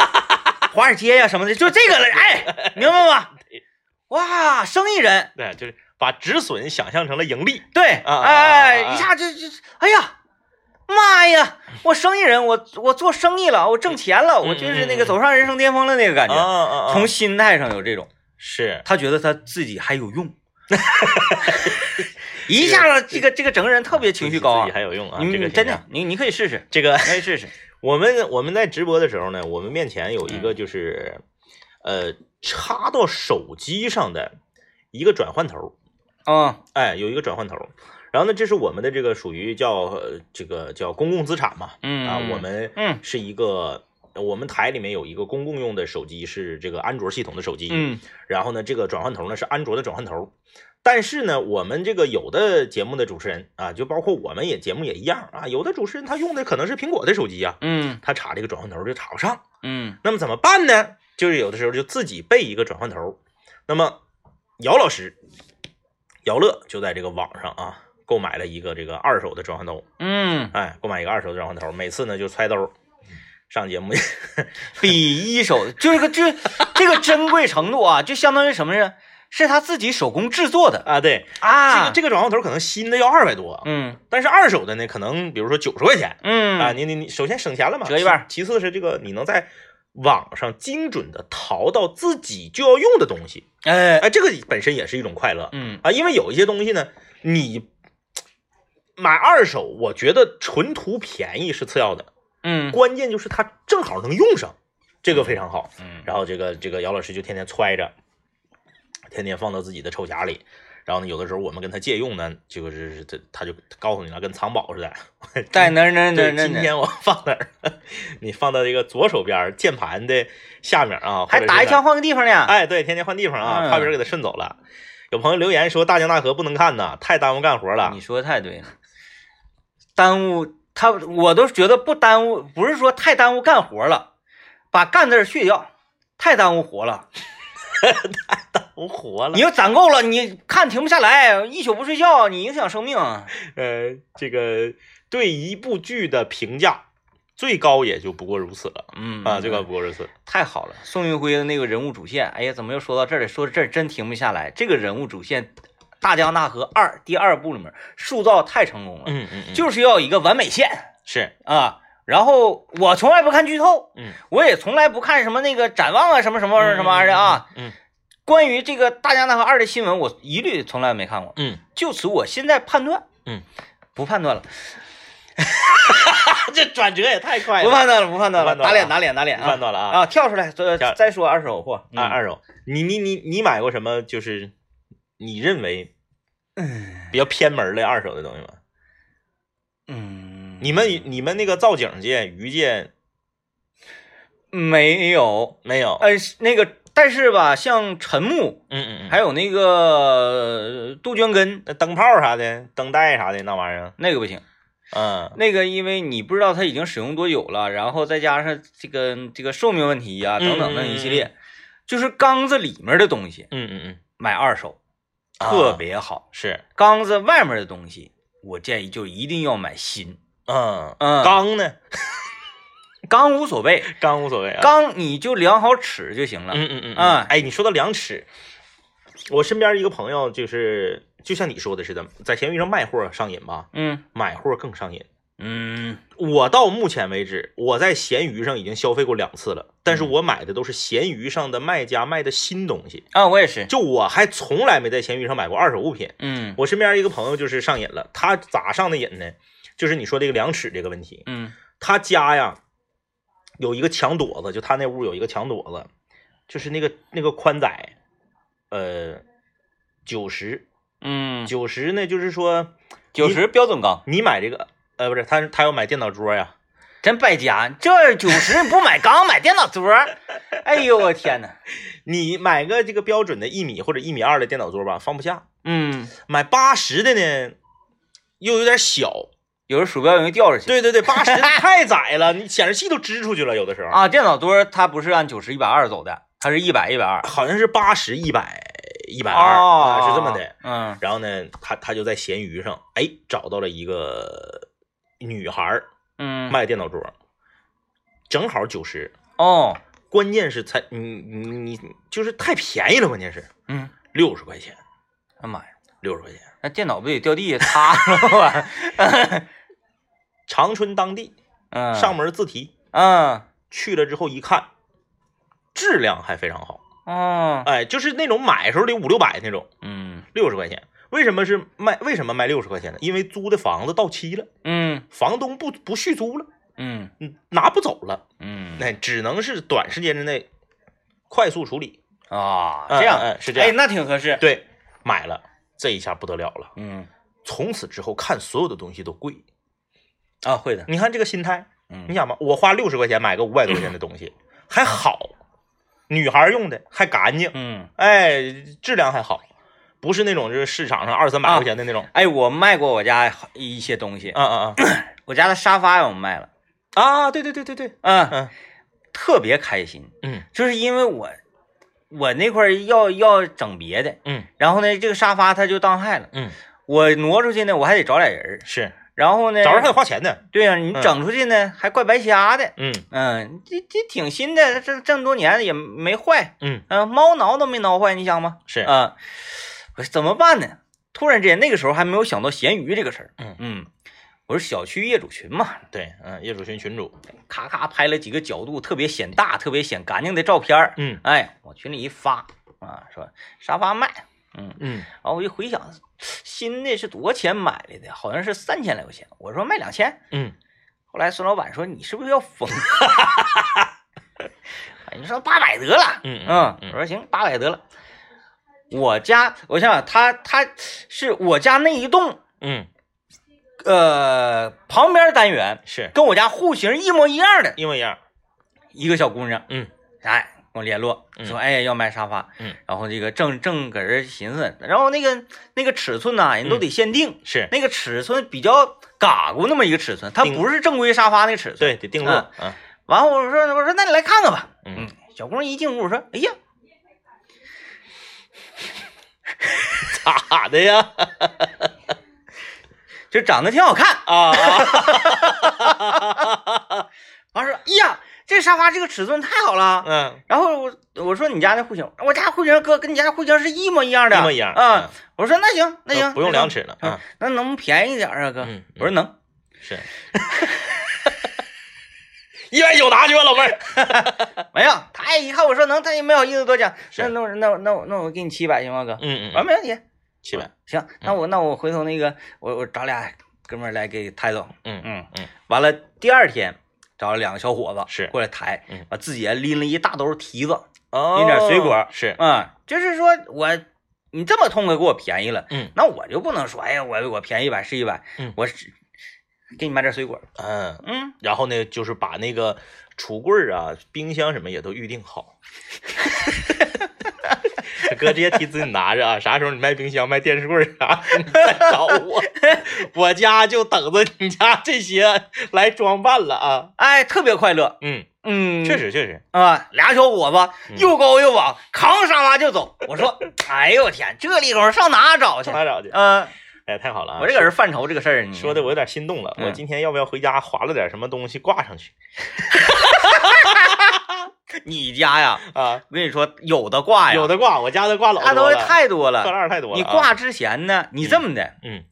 Speaker 1: 华尔街呀、什么的，就这个了，哎，明白 吗？哇，生意人，
Speaker 2: 对，就是把止损想象成了盈利，
Speaker 1: 对，
Speaker 2: 啊啊
Speaker 1: 哎，
Speaker 2: 啊啊
Speaker 1: 一下就就，哎呀，妈呀，我生意人，我我做生意了，我挣钱了，我就是那个
Speaker 2: 嗯嗯
Speaker 1: 走上人生巅峰的那个感觉。
Speaker 2: 啊啊啊，
Speaker 1: 从心态上有这种，
Speaker 2: 是
Speaker 1: 他觉得他自己还有 用，一下子这个这个整个人特别情绪高
Speaker 2: 自
Speaker 1: 昂
Speaker 2: 己。还有用啊，
Speaker 1: 你
Speaker 2: 这
Speaker 1: 你
Speaker 2: 个挺
Speaker 1: 真
Speaker 2: 像
Speaker 1: 的，你你可以试试，
Speaker 2: 这个
Speaker 1: 你可以试试。
Speaker 2: 我们我们在直播的时候呢，我们面前有一
Speaker 1: 嗯
Speaker 2: 个就是，呃，插到手机上的一个转换头，
Speaker 1: 嗯
Speaker 2: 哎，有一个转换头。然后呢，这是我们的这个属于叫呃这个叫公共资产嘛，
Speaker 1: 嗯
Speaker 2: 啊，我们
Speaker 1: 嗯
Speaker 2: 是一个。我们台里面有一个公共用的手机，是这个安卓系统的手机。，
Speaker 1: 嗯
Speaker 2: 然后呢，这个转换头呢是安卓的转换头，但是呢，我们这个有的节目的主持人啊，就包括我们也节目也一样啊，有的主持人他用的可能是苹果的手机啊呀、
Speaker 1: 嗯
Speaker 2: 他插这个转换头就插不上。
Speaker 1: 嗯
Speaker 2: 那么怎么办呢？就是有的时候就自己备一个转换头。那么姚老师，姚乐就在这个网上啊购买了一个这个二手的转换头，
Speaker 1: 嗯，
Speaker 2: 哎，购买一个二手的转换头，每次呢就揣兜。上节目
Speaker 1: 比一手就是个这这个珍贵程度啊，就相当于什么呢？是他自己手工制作的
Speaker 2: 啊，对，这
Speaker 1: 啊，
Speaker 2: 个这个转换头可能新的要二百多，
Speaker 1: 嗯
Speaker 2: 但是二手的呢，可能比如说九十块钱啊，
Speaker 1: 嗯
Speaker 2: 你你你，首先省钱了嘛，
Speaker 1: 折一半
Speaker 2: 其。其次是这个你能在网上精准的淘到自己就要用的东西，
Speaker 1: 哎
Speaker 2: 哎，这个本身也是一种快乐。
Speaker 1: 嗯
Speaker 2: 啊，因为有一些东西呢，你买二手，我觉得纯图便宜是次要的，
Speaker 1: 嗯
Speaker 2: 关键就是它正好能用上，这个非常好。
Speaker 1: 嗯
Speaker 2: 然后这个这个姚老师就天天揣着，天天放到自己的抽匣里。然后呢，有的时候我们跟他借用呢，就是这他就告诉你了，跟藏 宝似的。
Speaker 1: 在那儿那儿那
Speaker 2: 对
Speaker 1: 儿，那儿
Speaker 2: 今
Speaker 1: 那儿，
Speaker 2: 天我放哪儿？ 你放到这个左手边儿键盘的下面啊，或者
Speaker 1: 还
Speaker 2: 是
Speaker 1: 打一
Speaker 2: 哪
Speaker 1: 枪换个地方呢？
Speaker 2: 哎，对，天天换地方啊，
Speaker 1: 嗯
Speaker 2: 怕别人给他顺走了。有朋友留言说大江大河不能看呐，太耽误干活了
Speaker 1: 你。说的太对了，耽误他，我都觉得不耽误，不是说太耽误干活了，把“干”字儿去掉，太耽误活了。
Speaker 2: 我活了
Speaker 1: 你。要攒够了，你看停不下来，一宿不睡觉，你影响生命啊。
Speaker 2: 呃，这个对一部剧的评价最高也就不过如此了
Speaker 1: 嗯
Speaker 2: 啊，最高不过如此。
Speaker 1: 太好了，宋运辉的那个人物主线，哎呀，怎么又说到这儿了？说这儿真停不下来。这个人物主线，《大江大河二》第二部里面塑造太成功了，
Speaker 2: 嗯嗯嗯，
Speaker 1: 就是要一个完美线
Speaker 2: 是
Speaker 1: 啊。然后我从来不看剧透，
Speaker 2: 嗯，
Speaker 1: 我也从来不看什么那个展望啊，什么什么什么玩意儿的啊。，
Speaker 2: 嗯
Speaker 1: 关于这个《大江大河二》的新闻，我一律从来没看过。
Speaker 2: 嗯
Speaker 1: 就此，我现在判断，
Speaker 2: 嗯，
Speaker 1: 不判断了。
Speaker 2: 这转折也太快
Speaker 1: 嗯不
Speaker 2: 了。
Speaker 1: 判断了，不判断了，
Speaker 2: 哎不判断了啊
Speaker 1: 打脸打脸打脸
Speaker 2: 不判
Speaker 1: 啊！
Speaker 2: 断了啊！
Speaker 1: 啊，跳出来，再
Speaker 2: 跳
Speaker 1: 再说二手货，
Speaker 2: 二
Speaker 1: 啊，
Speaker 2: 二手，你你你你买过什么？就是你认为比较偏门的二手的东西吗？
Speaker 1: 嗯，
Speaker 2: 你们你们那个造景界、鱼界
Speaker 1: 没有？
Speaker 2: 没有？
Speaker 1: 呃，那个，但是吧，像陈木，
Speaker 2: 嗯嗯嗯，
Speaker 1: 还有那个呃杜鹃根，
Speaker 2: 那灯泡啥的、灯带啥的那玩意儿，
Speaker 1: 那个不行。
Speaker 2: 嗯
Speaker 1: 那个，因为你不知道它已经使用多久了，然后再加上这个这个寿命问题呀、
Speaker 2: 嗯
Speaker 1: 等等等一系列，就是缸子里面的东西
Speaker 2: 嗯嗯嗯，
Speaker 1: 买二手、
Speaker 2: 啊
Speaker 1: 特别好，
Speaker 2: 是，
Speaker 1: 缸子外面的东西，我建议就一定要买新。
Speaker 2: 嗯
Speaker 1: 嗯
Speaker 2: 钢呢？
Speaker 1: 缸无所谓，
Speaker 2: 钢无所谓啊。
Speaker 1: 缸你就量好尺就行了。
Speaker 2: 嗯嗯嗯
Speaker 1: 啊
Speaker 2: 哎，你说到量尺，我身边一个朋友就是，就像你说的似的，在闲鱼上卖货上瘾吧，
Speaker 1: 嗯
Speaker 2: 买货更上瘾。
Speaker 1: 嗯
Speaker 2: 我到目前为止，我在闲鱼上已经消费过两次了，但是我买的都是闲鱼上的卖家卖的新东西，
Speaker 1: 啊，我也是。
Speaker 2: 就我还从来没在闲鱼上买过二手物品。
Speaker 1: 嗯
Speaker 2: 我身边一个朋友就是上瘾了，他咋上的瘾呢？就是你说这个量尺这个问题，
Speaker 1: 嗯
Speaker 2: 他家呀有一个墙垛子，就他那屋有一个墙垛子，就是那个那个宽窄，呃，九十
Speaker 1: 嗯，
Speaker 2: 九十呢，就是说
Speaker 1: 九十标准缸，
Speaker 2: 你买这个，呃，不是他他要买电脑桌呀，
Speaker 1: 真败家。这九十你不买缸， 买电脑桌儿，哎呦我天哪！
Speaker 2: 你买个这个标准的一米或者一米二的电脑桌吧，放不下；
Speaker 1: 嗯，
Speaker 2: 买八十的呢，又有点小。
Speaker 1: 有人鼠标容易掉下去。
Speaker 2: 对对对，八十太窄了，你显示器都支出去了，有的时候。
Speaker 1: 啊，电脑桌儿它不是按九十、一百二走的，它是一百、一百二、
Speaker 2: 好像是八十、一百、一百
Speaker 1: 百
Speaker 2: 二，啊是这么的。。
Speaker 1: 嗯
Speaker 2: 然后呢，他他就在闲鱼上，哎，找到了一个女孩儿
Speaker 1: 嗯，
Speaker 2: 卖电脑桌，正好九十。
Speaker 1: 哦，
Speaker 2: 关键是才你你你就是太便宜了，关键是
Speaker 1: 嗯，
Speaker 2: 六十块钱，
Speaker 1: 哎妈呀，
Speaker 2: 六十块钱。
Speaker 1: 那电脑不得掉地下塌了玩意儿？
Speaker 2: 长春当地
Speaker 1: 嗯，
Speaker 2: 上门自提，
Speaker 1: 嗯
Speaker 2: 去了之后一看，质量还非常好，
Speaker 1: 哦
Speaker 2: 哎，就是那种买时候得五六百那种，
Speaker 1: 嗯
Speaker 2: 六十块钱。为什么是卖？为什么卖六十块钱呢？因为租的房子到期了。
Speaker 1: 嗯
Speaker 2: 房东不不续租了，
Speaker 1: 嗯
Speaker 2: 嗯，拿不走了，
Speaker 1: 嗯
Speaker 2: 那只能是短时间之内快速处理。
Speaker 1: 啊，
Speaker 2: 嗯
Speaker 1: 这样
Speaker 2: 嗯嗯是这样
Speaker 1: 哎，那挺合适。
Speaker 2: 对，买了，这一下不得了了。
Speaker 1: 嗯
Speaker 2: 从此之后看所有的东西都贵，
Speaker 1: 啊，会的。
Speaker 2: 你看这个心态，你
Speaker 1: 嗯
Speaker 2: 想吧，我花六十块钱买个五百多块钱的东西，还好，女孩用的还干净，
Speaker 1: 嗯，
Speaker 2: 哎，质量还好，不是那种就是市场上二三百
Speaker 1: 啊
Speaker 2: 块钱的那种。
Speaker 1: 哎，我卖过我家一些东西，
Speaker 2: 啊啊啊
Speaker 1: 我家的沙发我卖了，
Speaker 2: 啊！对对对对对，
Speaker 1: 嗯
Speaker 2: 嗯，
Speaker 1: 特别开心。
Speaker 2: 嗯
Speaker 1: 就是因为我我那块儿要要整别的，
Speaker 2: 嗯
Speaker 1: 然后呢，这个沙发它就当害了。
Speaker 2: 嗯，
Speaker 1: 我挪出去呢，我还得找俩人儿，
Speaker 2: 是，
Speaker 1: 然后呢，
Speaker 2: 找人还得嗯花钱呢。
Speaker 1: 对呀、啊你整出去呢、还怪白瞎的。
Speaker 2: 嗯
Speaker 1: 嗯，这这挺新的，这这么多年也没坏，
Speaker 2: 嗯，
Speaker 1: 嗯、猫挠都没挠坏，你想吗？
Speaker 2: 是
Speaker 1: 啊、，我说怎么办呢？突然之间，那个时候还没有想到闲鱼这个事儿。
Speaker 2: 嗯
Speaker 1: 嗯，我是小区业主群嘛，
Speaker 2: 对，嗯，业主群群主，
Speaker 1: 咔咔拍了几个角度特别显大、特别显干净的照片儿。
Speaker 2: 嗯
Speaker 1: 哎，往群里一发啊，说沙发卖，嗯，
Speaker 2: 嗯
Speaker 1: 然后我一回想，新的是多少钱买来的？好像是三千来块钱。我说卖两千，
Speaker 2: 嗯。
Speaker 1: 后来孙老板说你是不是要疯？ 哎你说八百得了，
Speaker 2: 嗯
Speaker 1: 嗯
Speaker 2: 嗯，嗯
Speaker 1: 我说行，八百得了。我家，我想想，他他是我家那一栋，
Speaker 2: 嗯，
Speaker 1: 呃，旁边单元
Speaker 2: 是
Speaker 1: 跟我家户型一模一样的
Speaker 2: 一模一样。
Speaker 1: 一个小姑娘，
Speaker 2: 嗯，
Speaker 1: 哎，跟我联络
Speaker 2: 嗯
Speaker 1: 说，哎，要买沙发，
Speaker 2: 嗯，
Speaker 1: 然后这个正正搁这寻思，然后那个那个尺寸呐、人
Speaker 2: 嗯
Speaker 1: 都得限定，
Speaker 2: 是
Speaker 1: 那个尺寸比较嘎咕那么一个尺寸，它
Speaker 2: 定
Speaker 1: 不是正规沙发那个尺寸。
Speaker 2: 对，得定落。嗯
Speaker 1: 完后我说我说那你来看看吧，
Speaker 2: 嗯，
Speaker 1: 小姑娘一进屋我说，哎呀，
Speaker 2: 咋的呀？
Speaker 1: 这长得挺好看，
Speaker 2: 啊，
Speaker 1: 完说，哎呀，这沙发这个尺寸太好了。
Speaker 2: 嗯，
Speaker 1: 然后我我说你家那户型，我家户型哥跟你家户型是一模一样的，
Speaker 2: 一模一样。啊
Speaker 1: 嗯，，我说那行那行，
Speaker 2: 不用
Speaker 1: 那行
Speaker 2: 量尺了。
Speaker 1: 嗯
Speaker 2: 嗯，，
Speaker 1: 那能不能便宜点儿啊，哥？
Speaker 2: 嗯嗯
Speaker 1: 我说能。
Speaker 2: 是。 一百九拿去吧，老妹儿。
Speaker 1: 没有，他也一看我说能，他也没好意思多讲。
Speaker 2: 是
Speaker 1: 那那我那我那我那我给你七百行吗，哥？
Speaker 2: 嗯
Speaker 1: 我说
Speaker 2: 嗯，
Speaker 1: 没问题。
Speaker 2: 七百。
Speaker 1: 行，那我那我回头那个我我找俩哥们儿来给抬走。
Speaker 2: 嗯
Speaker 1: 嗯
Speaker 2: 嗯。
Speaker 1: 完了，第二天找了两个小伙子
Speaker 2: 是
Speaker 1: 过来抬
Speaker 2: 嗯，
Speaker 1: 把自己还拎了一大兜提子。
Speaker 2: 哦
Speaker 1: 点水果
Speaker 2: 是，
Speaker 1: 啊，就是说我你这么痛快给我便宜了，
Speaker 2: 嗯
Speaker 1: 那我就不能说哎呀我我便宜一百是一百，
Speaker 2: 嗯
Speaker 1: 我只给你买点水果，
Speaker 2: 嗯，
Speaker 1: 嗯，
Speaker 2: 然后呢，就是把那个橱柜儿啊、冰箱什么也都预定好。 哥，这些提子你拿着啊，啥时候你卖冰箱、卖电视柜儿啥，你再 找我，我家就等着你家这些来装扮了啊。
Speaker 1: 哎，特别快乐，
Speaker 2: 嗯，
Speaker 1: 嗯，
Speaker 2: 确实确实，
Speaker 1: 啊，俩小伙子
Speaker 2: 嗯
Speaker 1: 又高又往，扛沙发就走，我说哎呦我天，这力工上哪找去？
Speaker 2: 上哪找去？
Speaker 1: 嗯，
Speaker 2: 哎，太好了啊！
Speaker 1: 我这个人犯愁这个事儿，你
Speaker 2: 说的我有点心动了，
Speaker 1: 嗯
Speaker 2: 我今天要不要回家划拉点什么东西挂上去
Speaker 1: 你家呀，
Speaker 2: 啊？
Speaker 1: 我跟你说有的挂哎呀，
Speaker 2: 有
Speaker 1: 的
Speaker 2: 的挂，我家的挂老
Speaker 1: 那
Speaker 2: 多
Speaker 1: 东西
Speaker 2: 了，
Speaker 1: 太多
Speaker 2: 破
Speaker 1: 了，
Speaker 2: 烂儿太多了。啊
Speaker 1: 你，挂之前呢，你这么的。
Speaker 2: 嗯，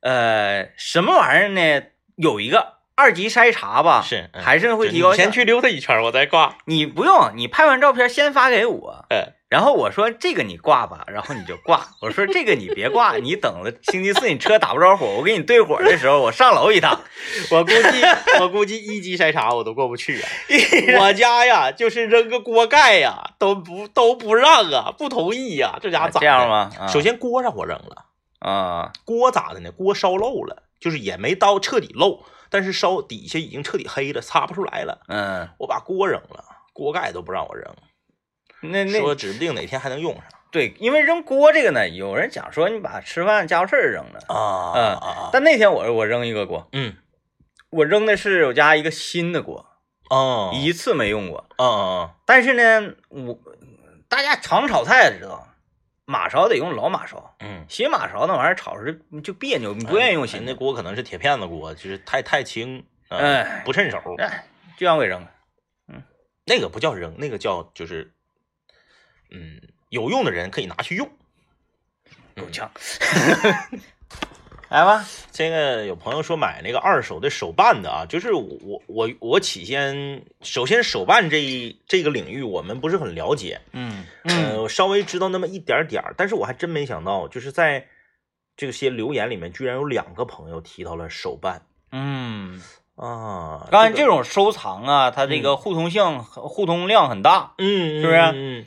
Speaker 1: 呃，什么玩意儿呢？有一个二级筛查吧，
Speaker 2: 是嗯
Speaker 1: 还是会
Speaker 2: 就
Speaker 1: 提高
Speaker 2: 你
Speaker 1: 效。
Speaker 2: 先去溜达一圈儿，我再挂。
Speaker 1: 你不用，你拍完照片先发给我，
Speaker 2: 嗯，
Speaker 1: 然后我说这个你挂吧，然后你就挂。我说这个你别挂， 你等着星期四你车打不着火，我给你对火的时候，我上楼一趟。
Speaker 2: 我估计我估计一级筛查我都过不去啊！
Speaker 1: 哎
Speaker 2: 我家呀，就是扔个锅盖呀，都不都不让啊，不同意呀、这家咋、
Speaker 1: 这样？吗？啊
Speaker 2: 首先锅让我扔了，
Speaker 1: 啊，
Speaker 2: 锅咋的呢？锅烧漏了，就是也没到彻底漏，但是烧底下已经彻底黑了，擦不出来了。
Speaker 1: 嗯，
Speaker 2: 我把锅扔了，锅盖都不让我扔，
Speaker 1: 那
Speaker 2: 说
Speaker 1: 那
Speaker 2: 指不定哪天还能用上
Speaker 1: 对，因为扔锅这个呢，有人讲说你把吃饭家伙事儿扔了，
Speaker 2: 啊
Speaker 1: 嗯
Speaker 2: 啊啊！
Speaker 1: 但那天我我扔一个锅，
Speaker 2: 嗯
Speaker 1: 我扔的是我家一个新的锅，
Speaker 2: 哦
Speaker 1: 一次没用过。
Speaker 2: 嗯嗯
Speaker 1: 但是呢，我大家常炒菜的知道，马勺得用老马勺，
Speaker 2: 嗯，
Speaker 1: 新马勺那玩意儿炒着就别扭，你不愿意用新
Speaker 2: 那
Speaker 1: 的。
Speaker 2: 锅可能是铁片子锅，就是太太轻，嗯
Speaker 1: 哎
Speaker 2: 不趁手。
Speaker 1: 哎，就让我给扔了。
Speaker 2: 那个不叫扔，那个叫就是，嗯，有用的人可以拿去用。
Speaker 1: 够呛。
Speaker 2: 嗯
Speaker 1: 来吧，
Speaker 2: 这个有朋友说买那个二手的手办的啊，就是我我我我起先首先手办这一这个领域我们不是很了解，
Speaker 1: 嗯
Speaker 2: 呃，我稍微知道那么一点儿点儿，但是我还真没想到，就是在这些留言里面居然有两个朋友提到了手办
Speaker 1: 嗯，
Speaker 2: 啊，
Speaker 1: 当然
Speaker 2: 个
Speaker 1: 这种收藏啊，它这个互通性、互通量很大。
Speaker 2: 嗯，
Speaker 1: 是不是啊
Speaker 2: 嗯，嗯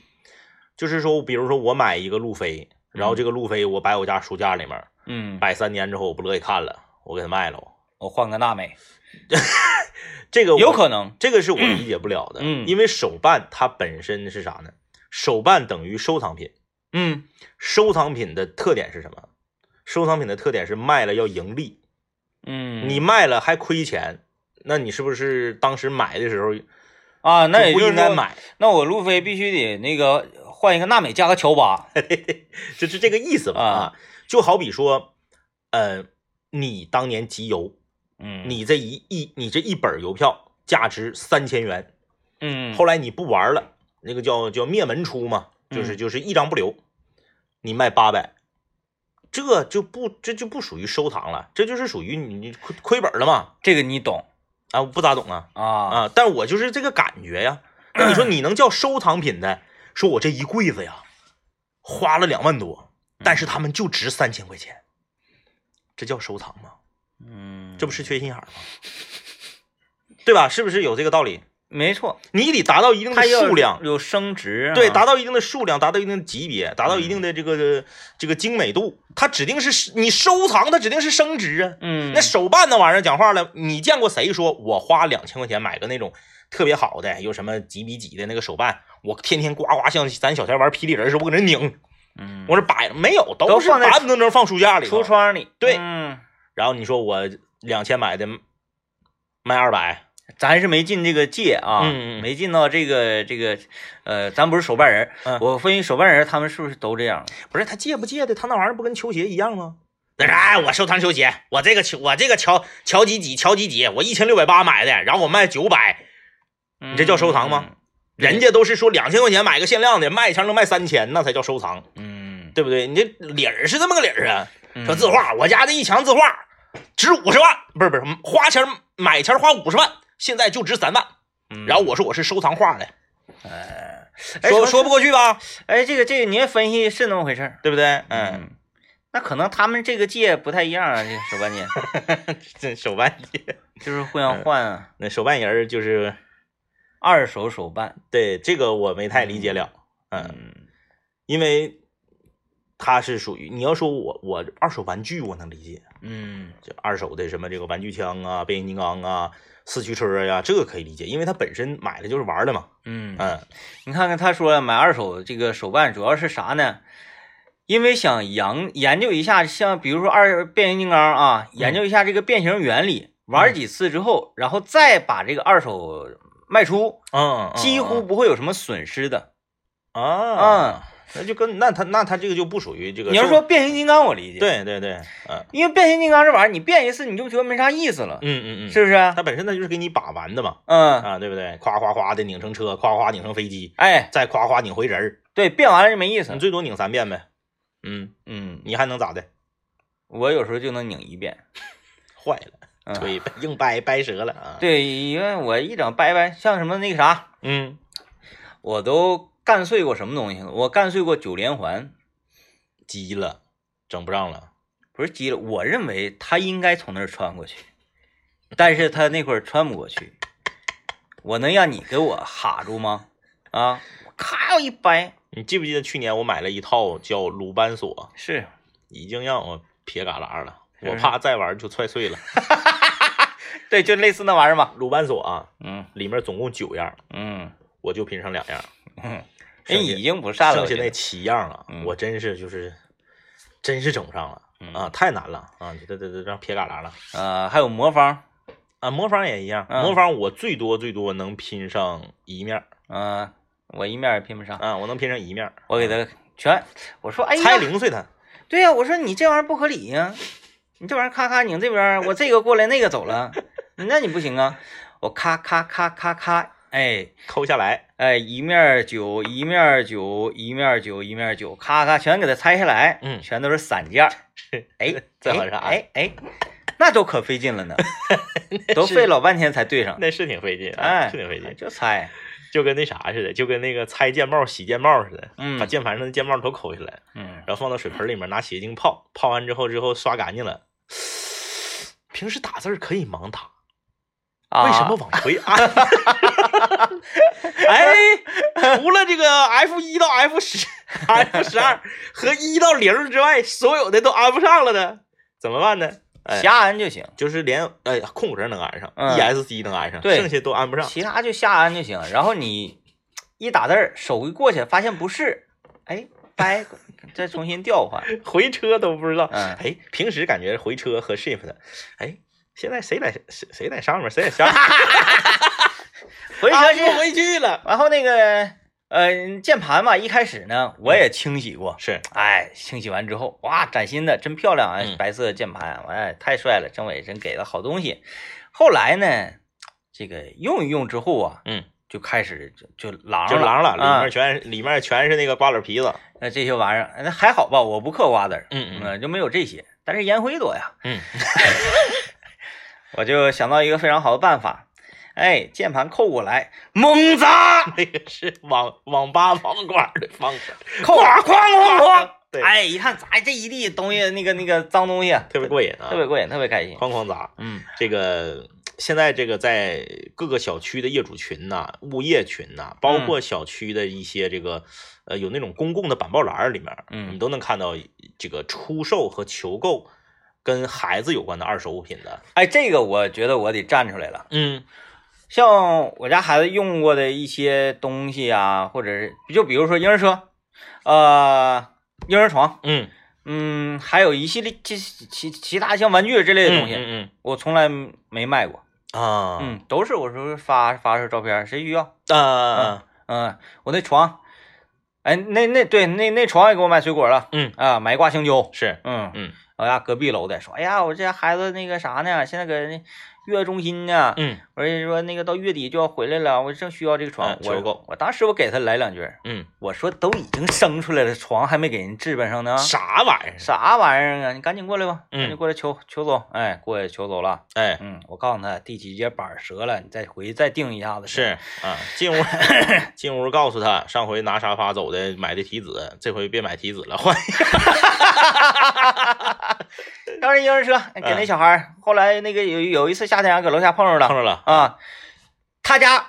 Speaker 2: 就是说，比如说我买一个路飞，然后
Speaker 1: 嗯
Speaker 2: 这个路飞我摆我家书架里面。
Speaker 1: 嗯，
Speaker 2: 摆三年之后我不乐意看了，我给它卖了。
Speaker 1: 我换个娜美，
Speaker 2: 这个我
Speaker 1: 有可能。
Speaker 2: 这个是我理解不了的，
Speaker 1: 嗯
Speaker 2: 因为手办它本身是啥呢？手办等于收藏品，
Speaker 1: 嗯，
Speaker 2: 收藏品的特点是什么？收藏品的特点是卖了要盈利，
Speaker 1: 嗯，
Speaker 2: 你卖了还亏钱，那你是不是当时买的时候
Speaker 1: 啊，那也就
Speaker 2: 就不
Speaker 1: 是
Speaker 2: 应该
Speaker 1: 说，
Speaker 2: 买？
Speaker 1: 那我路飞必须得那个换一个娜美加个乔 巴。
Speaker 2: 这是这个意思吧？
Speaker 1: 啊，
Speaker 2: 就好比说，呃，你当年集邮，
Speaker 1: 嗯，
Speaker 2: 你这一一你这一本邮票价值三千元，
Speaker 1: 嗯，
Speaker 2: 后来你不玩了，那个叫叫灭门出嘛，就是就是一张不留，你卖八百，这就不这就不属于收藏了，这就是属于你你亏亏本了嘛？
Speaker 1: 这个你懂
Speaker 2: 啊，我不咋懂啊
Speaker 1: 啊。
Speaker 2: 啊，但我就是这个感觉呀。那你说你能叫收藏品的？说我这一柜子呀，花了两万多，
Speaker 1: 嗯
Speaker 2: 但是他们就值三千块钱，这叫收藏吗？
Speaker 1: 嗯，
Speaker 2: 这不是缺心眼儿吗？对吧？是不是有这个道理？
Speaker 1: 没错，
Speaker 2: 你得达到一定的
Speaker 1: 它要
Speaker 2: 数量，
Speaker 1: 有升值啊、
Speaker 2: 对，达到一定的数量，达到一定的级别，达到一
Speaker 1: 嗯
Speaker 2: 定的这个、这个精美度，它指定是你收藏，它指定是升值啊。
Speaker 1: 嗯，
Speaker 2: 那手办那玩意儿，讲话了，你见过谁说我花两千块钱买个那种特别好的，有什么几比几的那个手办，我天天呱呱像咱小前玩霹雳人似的，我搁那拧，
Speaker 1: 嗯，
Speaker 2: 我这摆着没有，
Speaker 1: 都
Speaker 2: 都是
Speaker 1: 放在
Speaker 2: 板板正正放书架里头
Speaker 1: 橱。窗里
Speaker 2: 对
Speaker 1: 嗯，
Speaker 2: 然后你说我两千买的卖二百，
Speaker 1: 咱是没进这个界啊，
Speaker 2: 嗯嗯
Speaker 1: 没进到这个这个，呃，咱不是手办人，
Speaker 2: 嗯
Speaker 1: 我分析手办人他们是不是都这样？
Speaker 2: 不是他借不借的，他那玩意儿不跟球鞋一样吗？那是哎，我收藏球鞋，我这个球，我这个乔乔几几乔几几，我一千六百八买的，然后我卖九百，
Speaker 1: 你
Speaker 2: 你这叫收藏吗？人家都是说两千块钱买个限量的，卖一圈能卖三千，那才叫收藏，
Speaker 1: 嗯？
Speaker 2: 对不对？你这理儿是这么个理儿啊。
Speaker 1: 嗯，
Speaker 2: 说字画，我家这一墙字画值五十万，不是不是，花钱买钱花五十万，现在就值三万。
Speaker 1: 嗯，
Speaker 2: 然后我说我是收藏画的，
Speaker 1: 哎，哎
Speaker 2: 说
Speaker 1: 说哎
Speaker 2: 说不过去吧，
Speaker 1: 哎，这个这个，您分析是那么回事儿，
Speaker 2: 嗯对不对？嗯
Speaker 1: 嗯，那可能他们这个界不太一样啊，这个手办 界
Speaker 2: 这手办人，
Speaker 1: 就是互相换啊，
Speaker 2: 那手办人儿就是
Speaker 1: 二手手办，
Speaker 2: 对这个我没太理解了，嗯，
Speaker 1: 嗯
Speaker 2: 因为它是属于你要说我我二手玩具我能理解，
Speaker 1: 嗯
Speaker 2: 就二手的什么这个玩具枪啊、变形金刚啊、四驱车呀、这个可以理解，因为它本身买的就是玩儿的嘛，
Speaker 1: 嗯，
Speaker 2: 嗯，
Speaker 1: 你看看他说买二手这个手办主要是啥呢？因为想研研究一下，像比如说二变形金刚啊，
Speaker 2: 嗯
Speaker 1: 研究一下这个变形原理，玩几次之后，然后再把这个二手卖出，
Speaker 2: 嗯，
Speaker 1: 几乎不会有什么损失的。
Speaker 2: 啊，
Speaker 1: 嗯，
Speaker 2: 那就跟那他那他这个就不属于这个，
Speaker 1: 你要说变形金刚，我理解，，
Speaker 2: 对对对，嗯
Speaker 1: 因为变形金刚这玩意儿，你变一次你就觉得没啥意思了，
Speaker 2: 嗯嗯嗯，
Speaker 1: 是不是？
Speaker 2: 它本身它就是给你把玩的嘛，
Speaker 1: 嗯，
Speaker 2: 啊，对不对？夸夸夸的拧成车，夸夸拧成飞机，
Speaker 1: 哎，
Speaker 2: 再夸夸拧回人儿，
Speaker 1: 对，变完了就没意思
Speaker 2: 你。最多拧三遍呗，嗯，
Speaker 1: 嗯，
Speaker 2: 你还能咋的？
Speaker 1: 我有时候就能拧一遍。
Speaker 2: 坏了，
Speaker 1: 嗯，
Speaker 2: 对， 硬掰掰折了啊，，
Speaker 1: 对，因为我一整掰掰，像什么那个啥，
Speaker 2: 嗯，
Speaker 1: 我都干碎过什么东西？我干碎过九连环，
Speaker 2: 急了，整不上了，
Speaker 1: 不是急了。我认为他应该从那儿穿过去，但是他那会儿穿不过去。我能让你给我哈住吗？啊，我咔我一掰，
Speaker 2: 你记不记得去年我买了一套叫鲁班锁，
Speaker 1: 是
Speaker 2: 已经让我撇嘎啦了，
Speaker 1: 是
Speaker 2: 我怕再玩就踹碎了。
Speaker 1: 对，就类似那玩意儿嘛。
Speaker 2: 鲁班锁啊，
Speaker 1: 嗯
Speaker 2: 里面总共九样，
Speaker 1: 嗯，
Speaker 2: 我就拼上两样。
Speaker 1: 人哎
Speaker 2: 剩下
Speaker 1: 已经不善了。
Speaker 2: 剩
Speaker 1: 我
Speaker 2: 下
Speaker 1: 觉
Speaker 2: 那
Speaker 1: 得
Speaker 2: 七样了，
Speaker 1: 嗯
Speaker 2: 我真是就是，真是整不上了、
Speaker 1: 嗯
Speaker 2: 啊，太难了啊！这这这让撇嘎啦了
Speaker 1: 呃，还有魔方，
Speaker 2: 啊！魔方也一样，
Speaker 1: 嗯
Speaker 2: 魔方我最多最多能拼上一面儿
Speaker 1: 嗯、我一面儿也拼不上，
Speaker 2: 啊，我能拼上一面儿，
Speaker 1: 我给他全，我说哎呀，
Speaker 2: 猜零碎它。
Speaker 1: 对呀、我说你这玩意儿不合理呀、你这玩意儿咔咔拧这边儿，我这个过来那个走了，那你不行啊！我咔咔咔咔咔，哎
Speaker 2: 抠下来，
Speaker 1: 哎，一面儿九，一面儿九，一面儿九，一面儿九，咔咔全给它拆下来，
Speaker 2: 嗯
Speaker 1: 全都是散 件儿，哎，
Speaker 2: 这好啊啥
Speaker 1: 哎哎，哎那都可费劲 了呢，都费老半天才对上，
Speaker 2: 那是挺费劲，啊
Speaker 1: 哎，
Speaker 2: 是挺费劲，
Speaker 1: 就猜，
Speaker 2: 就跟那啥似的，就跟那个拆键帽、洗键帽似的，
Speaker 1: 嗯
Speaker 2: 把键盘上的键帽都抠下来，
Speaker 1: 嗯，
Speaker 2: 然后放到水盆里面，拿洗洁精泡，泡完之后之后刷干净了。平时打字儿可以盲打，
Speaker 1: 啊
Speaker 2: 为什么？往回按？
Speaker 1: 哎，
Speaker 2: 除了这个 F 一到 F 十、F 十二和一到零之外，所有的都安不上了呢，怎么办呢？ 哎，
Speaker 1: 瞎按就行，
Speaker 2: 就是连呃空格能安上、
Speaker 1: 嗯
Speaker 2: e s c 能安上，
Speaker 1: 对
Speaker 2: 剩下都安不上。
Speaker 1: 其他就瞎按就行。然后你一打字儿，手一过去，发现不是，哎，掰， 再重新调换。
Speaker 2: 回车都不知道。
Speaker 1: 嗯
Speaker 2: 哎，平时感觉回车和 shift，哎，现在谁在谁谁在上面， 谁在下面，
Speaker 1: 回车
Speaker 2: 按不
Speaker 1: 去，
Speaker 2: 回去了。
Speaker 1: 然后那个呃键盘嘛，一开始呢我也清洗过，
Speaker 2: 是，
Speaker 1: 哎，清洗完之后，哇，崭新的，真漂亮啊，
Speaker 2: 嗯
Speaker 1: 白色键盘，哎，太帅了，政委真给了好东西。后来呢，这个用一用之后啊，
Speaker 2: 嗯，
Speaker 1: 就开始就就狼
Speaker 2: 就狼了，嗯里
Speaker 1: 啊
Speaker 2: 面全是里面全是那个瓜子皮子。
Speaker 1: 那这些玩意儿，那还好吧，我不嗑瓜子儿，
Speaker 2: 嗯嗯
Speaker 1: 呃就没有这些。但是烟灰多呀，
Speaker 2: 嗯，
Speaker 1: 我就想到一个非常好的办法，哎，键盘扣过来，猛砸，
Speaker 2: 那个是网网吧网管的方式，
Speaker 1: 扣，哐哐哐
Speaker 2: 对
Speaker 1: 哐，哎，一看砸这一地东西，那个那个脏东西，
Speaker 2: 特别过瘾啊，
Speaker 1: 特别过瘾，特别开心。
Speaker 2: 哐哐砸。
Speaker 1: 嗯
Speaker 2: 这个现在这个在各个小区的业主群呐、物业群呐、包括小区的一些这个、呃有那种公共的板报栏儿里面，
Speaker 1: 嗯
Speaker 2: 你都能看到这个出售和求购跟孩子有关的二手物品的。
Speaker 1: 哎，这个我觉得我得站出来了。
Speaker 2: 嗯
Speaker 1: 像我家孩子用过的一些东西啊，或者是就比如说婴儿车，呃，婴儿床，
Speaker 2: 嗯，
Speaker 1: 嗯，还有一系列其其其他像玩具之类的东西，
Speaker 2: 嗯
Speaker 1: 我从来没卖过。
Speaker 2: 嗯啊
Speaker 1: 嗯，都是我说发发是照片，谁需要？
Speaker 2: 啊
Speaker 1: 嗯，我那床，哎，那那对那那床也给我买水果了
Speaker 2: 嗯
Speaker 1: 啊，买一挂香蕉，
Speaker 2: 是
Speaker 1: 嗯
Speaker 2: 嗯，
Speaker 1: 我家隔壁楼的说，哎呀，我这孩子那个啥呢，现在搁那月中心呢，
Speaker 2: 嗯
Speaker 1: 我就说那个到月底就要回来了，我正需要这个床
Speaker 2: 嗯，
Speaker 1: 我
Speaker 2: 求购
Speaker 1: 我当时我给他来两句儿，
Speaker 2: 嗯，
Speaker 1: 我说都已经生出来了，床还没给人置办上呢，
Speaker 2: 啥玩意儿？
Speaker 1: 啥玩意儿啊？你赶紧过来吧，
Speaker 2: 嗯
Speaker 1: 赶紧过来求求走，哎，过来求走了。
Speaker 2: 哎，
Speaker 1: 嗯，我告诉他第几节板儿折了，你再回去再定一下子。
Speaker 2: 是啊， 进屋进屋告诉他，上回拿沙发走的买的提子，这回别买提子了，换
Speaker 1: 当时婴儿车
Speaker 2: 嗯
Speaker 1: 给那小孩儿，后来那个有有一次夏天俺搁楼下碰着
Speaker 2: 碰
Speaker 1: 了
Speaker 2: 着 了。
Speaker 1: 啊，他家，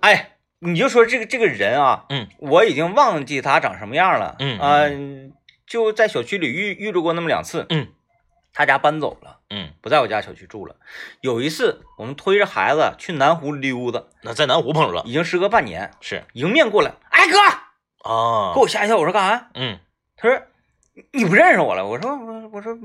Speaker 1: 哎，你就说这个这个人啊，
Speaker 2: 嗯，
Speaker 1: 我已经忘记他长什么样了，
Speaker 2: 嗯
Speaker 1: 啊、就在小区里遇遇着过那么两次，
Speaker 2: 嗯，
Speaker 1: 他家搬走了，
Speaker 2: 嗯，
Speaker 1: 不在我家小区住了。有一次我们推着孩子去南湖溜达，
Speaker 2: 那在南湖碰着了，
Speaker 1: 已经时隔半年，
Speaker 2: 是
Speaker 1: 迎面过来，哎哥，
Speaker 2: 啊
Speaker 1: 给，我吓一跳，我说干啥呀？
Speaker 2: 嗯
Speaker 1: 他说你不认识我了，我说我我说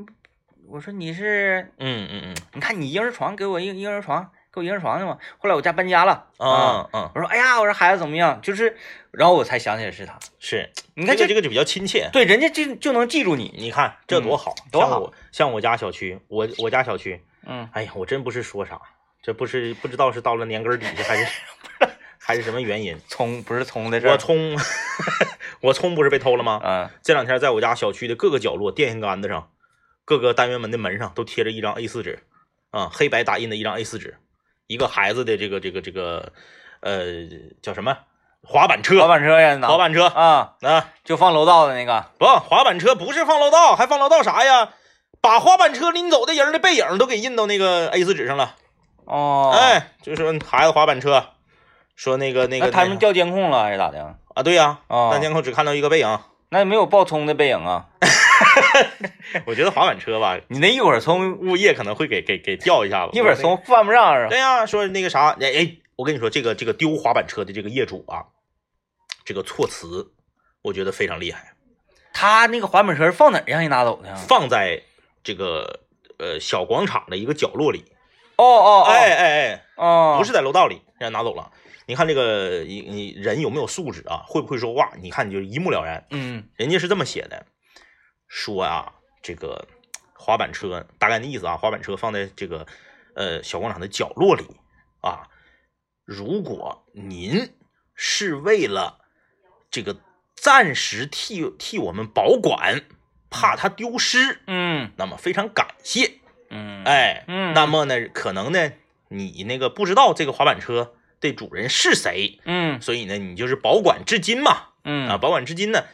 Speaker 1: 我说你是
Speaker 2: 嗯嗯
Speaker 1: 你看你婴儿床给我婴婴儿床，给我婴儿床去嘛。后来我家搬家了
Speaker 2: 嗯，啊嗯，
Speaker 1: 我说哎呀，我说孩子怎么样？就是，然后我才想起来是他。
Speaker 2: 是，
Speaker 1: 你
Speaker 2: 你
Speaker 1: 看这
Speaker 2: 看这个就比较亲切。
Speaker 1: 对人家就就能记住你，
Speaker 2: 你看这嗯多好，
Speaker 1: 多
Speaker 2: 像
Speaker 1: 好
Speaker 2: 我像我家小区，我我家小区，
Speaker 1: 嗯，
Speaker 2: 哎呀，我真不是说啥，这不是不知道是到了年根儿底 下还是还是什么原因。
Speaker 1: 葱不是啊葱的事儿，
Speaker 2: 我葱， 我葱不是被偷了吗？
Speaker 1: 啊，
Speaker 2: 这两天在我家小区的各个角落、电线杆子上、各个单元门的门上都贴着一张 A 4纸，啊，黑白打印的一张 A 4纸，一个孩子的这个这个这个，呃，叫什么滑板
Speaker 1: 滑
Speaker 2: 车？
Speaker 1: 板车呀，
Speaker 2: 滑板车
Speaker 1: 啊，
Speaker 2: 啊，
Speaker 1: 就放楼道的那个，
Speaker 2: 不，滑板车不是放楼道，还放楼道啥呀？把滑板车拎走的人的背影都给印到那个 A 4纸上了。
Speaker 1: 哦，，
Speaker 2: 哎，就说孩子滑板车，说那个那
Speaker 1: 那
Speaker 2: 个
Speaker 1: 他们调监控了还是咋的？
Speaker 2: 啊，对呀、
Speaker 1: 哦
Speaker 2: 但监控只看到一个背影。
Speaker 1: 那没有爆葱的背影啊？
Speaker 2: 我觉得滑板车吧，
Speaker 1: 你那一会儿葱，
Speaker 2: 物业可能会给给给调一下子。
Speaker 1: 一会儿葱犯不上是吧
Speaker 2: 对呀、说那个啥，哎哎，我跟你说，这个这个丢滑板车的这个业主啊，这个措辞，我觉得非常厉害，
Speaker 1: 他那个滑板车是放哪儿让人拿走的呀？
Speaker 2: 放在这个呃小广场的一个角落里，
Speaker 1: 哦哦，哦
Speaker 2: 哎，哎
Speaker 1: 哦，
Speaker 2: 哎，不是在楼道里，让人拿走了。你看这个你你人有没有素质啊？会不会说话？你看你就一目了然。
Speaker 1: 嗯，
Speaker 2: 人家是这么写的，说啊，这个滑板车大概的意思啊，滑板车放在这个呃小广场的角落里啊。如果您是为了这个暂时替替我们保管，怕它丢失，
Speaker 1: 嗯
Speaker 2: 那么非常感谢。
Speaker 1: 嗯，
Speaker 2: 哎，
Speaker 1: 嗯
Speaker 2: 那么呢，可能呢，你那个不知道这个滑板车的主人是谁，
Speaker 1: 嗯
Speaker 2: 所以呢，你就是保管至今嘛。
Speaker 1: 嗯
Speaker 2: 啊，保管至今呢，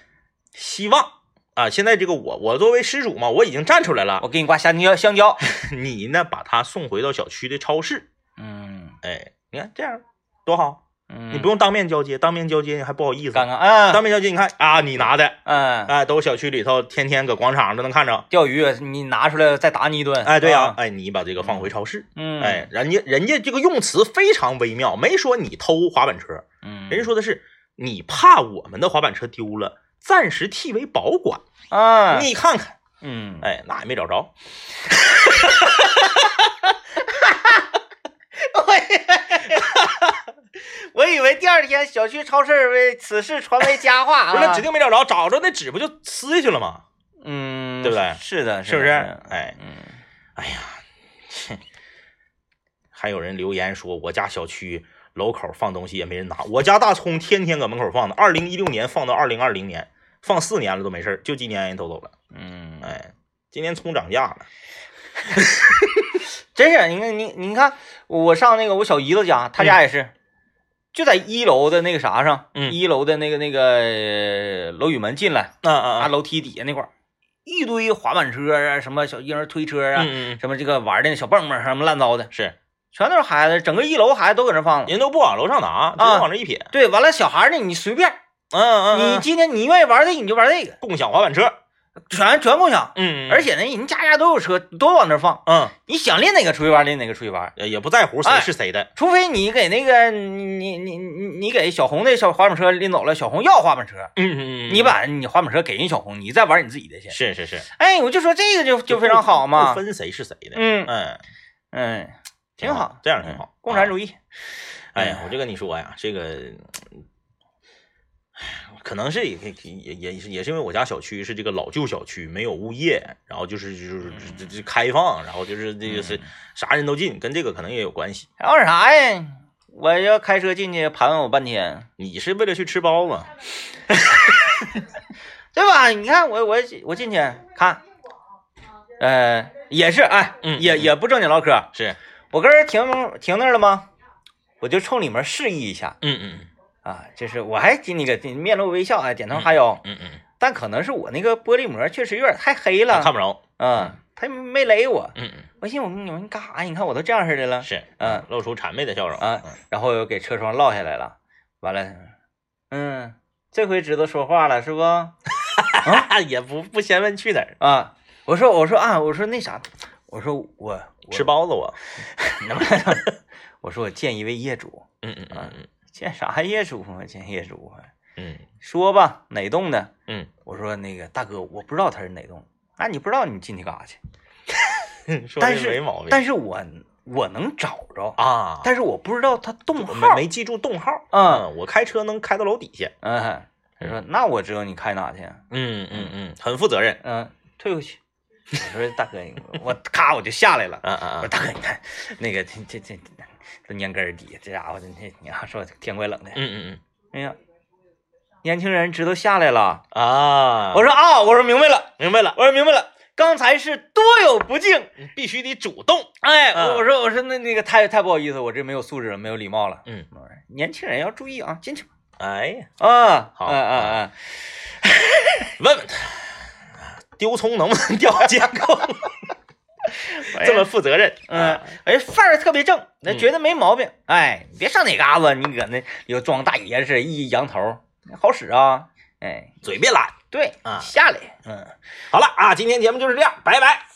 Speaker 2: 希望啊，现在这个我我作为失主嘛，我已经站出来了
Speaker 1: 我，给你挂香蕉，香蕉。
Speaker 2: 你呢把它送回到小区的超市，
Speaker 1: 嗯，
Speaker 2: 哎，你看这样多好，
Speaker 1: 你
Speaker 2: 你不用当面交接，当面交接你还不好意思，
Speaker 1: 看看，嗯
Speaker 2: 当面交接你看啊，你拿的，
Speaker 1: 嗯，
Speaker 2: 哎，都小区里头天天搁广场都能看着，
Speaker 1: 钓鱼你拿出来再打你一顿。
Speaker 2: 哎，对呀、
Speaker 1: 啊，
Speaker 2: 哎，你把这个放回超市，
Speaker 1: 嗯，
Speaker 2: 哎，人家人家这个用词非常微妙，没说你偷滑板车，
Speaker 1: 嗯，
Speaker 2: 人家说的是你怕我们的滑板车丢了，暂时替为保管，
Speaker 1: 啊，
Speaker 2: 你看看。
Speaker 1: 嗯，
Speaker 2: 哎，那也没找着。
Speaker 1: 我以为第二天小区超市为此事传为佳话 啊
Speaker 2: 不是，那指定没找着，找着那纸不就撕下去了吗？
Speaker 1: 嗯，
Speaker 2: 对不对
Speaker 1: 是的，
Speaker 2: 是不
Speaker 1: 是
Speaker 2: 是？
Speaker 1: 的？
Speaker 2: 哎，
Speaker 1: 嗯，
Speaker 2: 哎呀，还有人留言说，我家小区楼口放东西也没人拿，我家大葱天天搁门口放的，二零一六年放到二零二零年，放四年了都没事儿，就今年人偷走了。
Speaker 1: 嗯，
Speaker 2: 哎，今年葱涨价了，
Speaker 1: 真是，你看你你看，我上那个我小姨子家，她家也是，就在一楼的那个啥上，
Speaker 2: 嗯
Speaker 1: 一楼的那个那个呃楼宇门进来，啊，
Speaker 2: 啊啊啊，
Speaker 1: 楼梯底下那块儿，一堆滑板车啊，什么小婴儿推车啊，
Speaker 2: 嗯嗯，
Speaker 1: 什么这个玩的小蹦蹦什么乱糟的，
Speaker 2: 是，
Speaker 1: 全都是孩子，整个一楼孩子都搁那放了。
Speaker 2: 人都不往楼上拿，
Speaker 1: 啊
Speaker 2: 直接往这一撇。
Speaker 1: 对，完了小孩呢，你随便，
Speaker 2: 嗯嗯
Speaker 1: 你
Speaker 2: 嗯，
Speaker 1: 今天你愿意玩这个你就玩这个，
Speaker 2: 共享滑板车，
Speaker 1: 全全共享。
Speaker 2: 嗯
Speaker 1: 而且呢，人家家都有车，都往那放，
Speaker 2: 嗯，
Speaker 1: 你想练哪个出去玩练哪个出去玩，
Speaker 2: 也不在乎谁
Speaker 1: 哎
Speaker 2: 是谁的，
Speaker 1: 除非你给那个你你你你你给小红那小滑板车拎走了，小红要滑板车，
Speaker 2: 嗯嗯嗯，
Speaker 1: 你把你滑板车给人小红，你再玩你自己的去。
Speaker 2: 是是是，
Speaker 1: 哎，我就说这个就就非常好嘛
Speaker 2: 不，分谁是谁的，
Speaker 1: 嗯
Speaker 2: 嗯，
Speaker 1: 嗯。
Speaker 2: 挺
Speaker 1: 好，
Speaker 2: 这样挺
Speaker 1: 嗯。
Speaker 2: 好
Speaker 1: 共产
Speaker 2: 义，
Speaker 1: 主义。
Speaker 2: 哎呀，我就跟你说呀，这个，哎可能是也也也是也是因为我家小区是这个老旧小区，没有物业，然后就是
Speaker 1: 嗯
Speaker 2: 就是这这开放，然后就是这个是啥人都进，跟这个可能也有关系。
Speaker 1: 然后啥哎呀？我要开车进去盘问我半天，
Speaker 2: 你是为了去吃包吗？
Speaker 1: 对吧？你看我我我进去看，呃，也是哎，
Speaker 2: 嗯
Speaker 1: 也
Speaker 2: 嗯
Speaker 1: 也不正经唠嗑，
Speaker 2: 是，
Speaker 1: 我跟人停停那儿了吗？我就冲里面示意一下
Speaker 2: 嗯嗯
Speaker 1: 啊，就是我还那个面露微笑，哎，点头哈腰。
Speaker 2: 嗯嗯，
Speaker 1: 但可能是我那个玻璃膜确实有点太黑了，
Speaker 2: 看不着，
Speaker 1: 嗯，他没雷我，
Speaker 2: 嗯嗯
Speaker 1: 我寻思我你们干啥呀？你看我都这样似的了，
Speaker 2: 是，
Speaker 1: 嗯，
Speaker 2: 露出谄媚的笑容
Speaker 1: 啊，
Speaker 2: 嗯
Speaker 1: 然后又给车窗落下来了，完了，嗯，这回知道说话了是不？
Speaker 2: 啊，也不不先问去哪儿
Speaker 1: 啊，我说我说啊，我说那啥，我说我我
Speaker 2: 吃包子我，
Speaker 1: 能不能？ 我说我见一位业主，
Speaker 2: 嗯嗯
Speaker 1: 啊
Speaker 2: 嗯
Speaker 1: 见啥业主啊？见业主啊？
Speaker 2: 嗯
Speaker 1: 说吧，哪栋的？
Speaker 2: 嗯
Speaker 1: 我说那个大哥，我不知道他是哪栋。那、你不知道，你进去干啥去？
Speaker 2: 嗯，说
Speaker 1: 但
Speaker 2: 的
Speaker 1: 是
Speaker 2: 没毛病，
Speaker 1: 但
Speaker 2: 是
Speaker 1: 是我我能找着，
Speaker 2: 啊，
Speaker 1: 但是我不知道他动
Speaker 2: 我
Speaker 1: 号。
Speaker 2: 没没记住动号，
Speaker 1: 嗯
Speaker 2: 嗯，我开车能开到楼底下，
Speaker 1: 嗯，他说那我知道你开哪去。啊
Speaker 2: 嗯嗯嗯，很负责任，
Speaker 1: 嗯，退回去。 我说大哥，我咔我就下来了。
Speaker 2: 啊
Speaker 1: 我
Speaker 2: 啊
Speaker 1: 说
Speaker 2: 啊，
Speaker 1: 大哥，你看那个这这这这年根儿底下这家伙，这这你还说天怪冷的。
Speaker 2: 嗯嗯嗯。
Speaker 1: 哎呀，年轻人知道下来了。
Speaker 2: 啊，
Speaker 1: 我说啊，我说明白了，
Speaker 2: 明白了，
Speaker 1: 我说明白了，刚才是多有不敬。
Speaker 2: 你必须得主动。
Speaker 1: 哎，
Speaker 2: 嗯
Speaker 1: 我我说我说那那个太太不好意思，我这没有素质了，没有礼貌了。
Speaker 2: 嗯，
Speaker 1: 我说年轻人要注意啊，进去吧。
Speaker 2: 哎呀，
Speaker 1: 啊，
Speaker 2: 好
Speaker 1: 嗯嗯
Speaker 2: 问问他，丢葱能不能掉监控？
Speaker 1: 嗯，
Speaker 2: 这么负责任。
Speaker 1: 嗯
Speaker 2: 啊，
Speaker 1: 哎，范儿特别正，那
Speaker 2: 嗯
Speaker 1: 绝对没毛病。哎，你别上哪嘎子，你搁那有装大爷似的，一扬头，好使啊。哎，
Speaker 2: 嘴别懒。
Speaker 1: 对
Speaker 2: 啊，
Speaker 1: 下来，嗯。
Speaker 2: 好了啊，今天节目就是这样，拜拜。